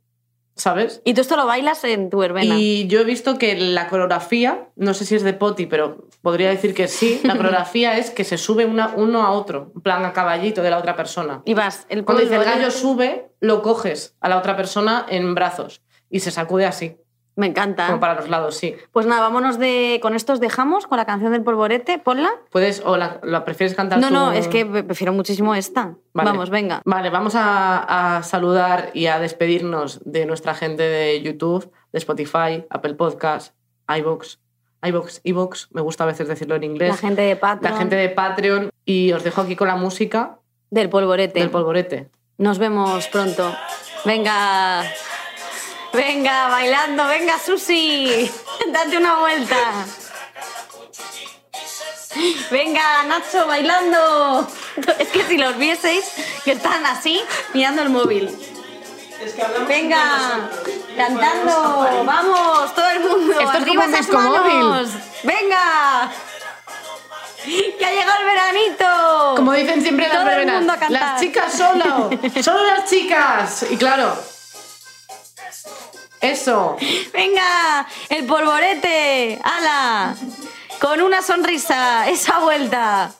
S1: ¿sabes?
S2: Y tú esto lo bailas en tu verbena.
S1: Y yo he visto que la coreografía, no sé si es de Poti, pero podría decir que sí, la coreografía es que se sube una- uno a otro, en plan a caballito de la otra persona.
S2: Y vas, el
S1: Cuando dice el gallo
S2: polvorete-
S1: sube, lo coges a la otra persona en brazos y se sacude así,
S2: Me encanta.
S1: como para los lados, sí.
S2: Pues nada, vámonos de... Con estos dejamos, con la canción del polvorete. Ponla.
S1: Puedes, o la, la prefieres cantar
S2: No,
S1: tú?
S2: no, es que pre- prefiero muchísimo esta.
S1: Vale.
S2: Vamos, venga.
S1: Vale, vamos a, a saludar y a despedirnos de nuestra gente de YouTube, de Spotify, Apple Podcasts, iBox, iBox, iBox. Me gusta a veces decirlo en inglés.
S2: La gente de Patreon,
S1: la gente de Patreon y os dejo aquí con la música
S2: del polvorete.
S1: del polvorete.
S2: Nos vemos pronto. Venga. Venga, bailando. Venga, Susi. Date una vuelta. Venga, Nacho, bailando. Es que si los vieseis, que están así, mirando el móvil.
S1: Es que hablamos
S2: Venga, cantando, vamos, todo el mundo.
S4: Esto es como
S2: arriba
S4: un
S2: esas
S4: disco móvil.
S2: manos. Venga, que ha llegado el veranito.
S4: Como dicen siempre las
S2: Todo el
S4: verbenas,
S2: mundo a cantar.
S4: las
S1: chicas solo, solo las chicas. Y claro, eso.
S2: Venga, el polvorete, ala, con una sonrisa, esa vuelta.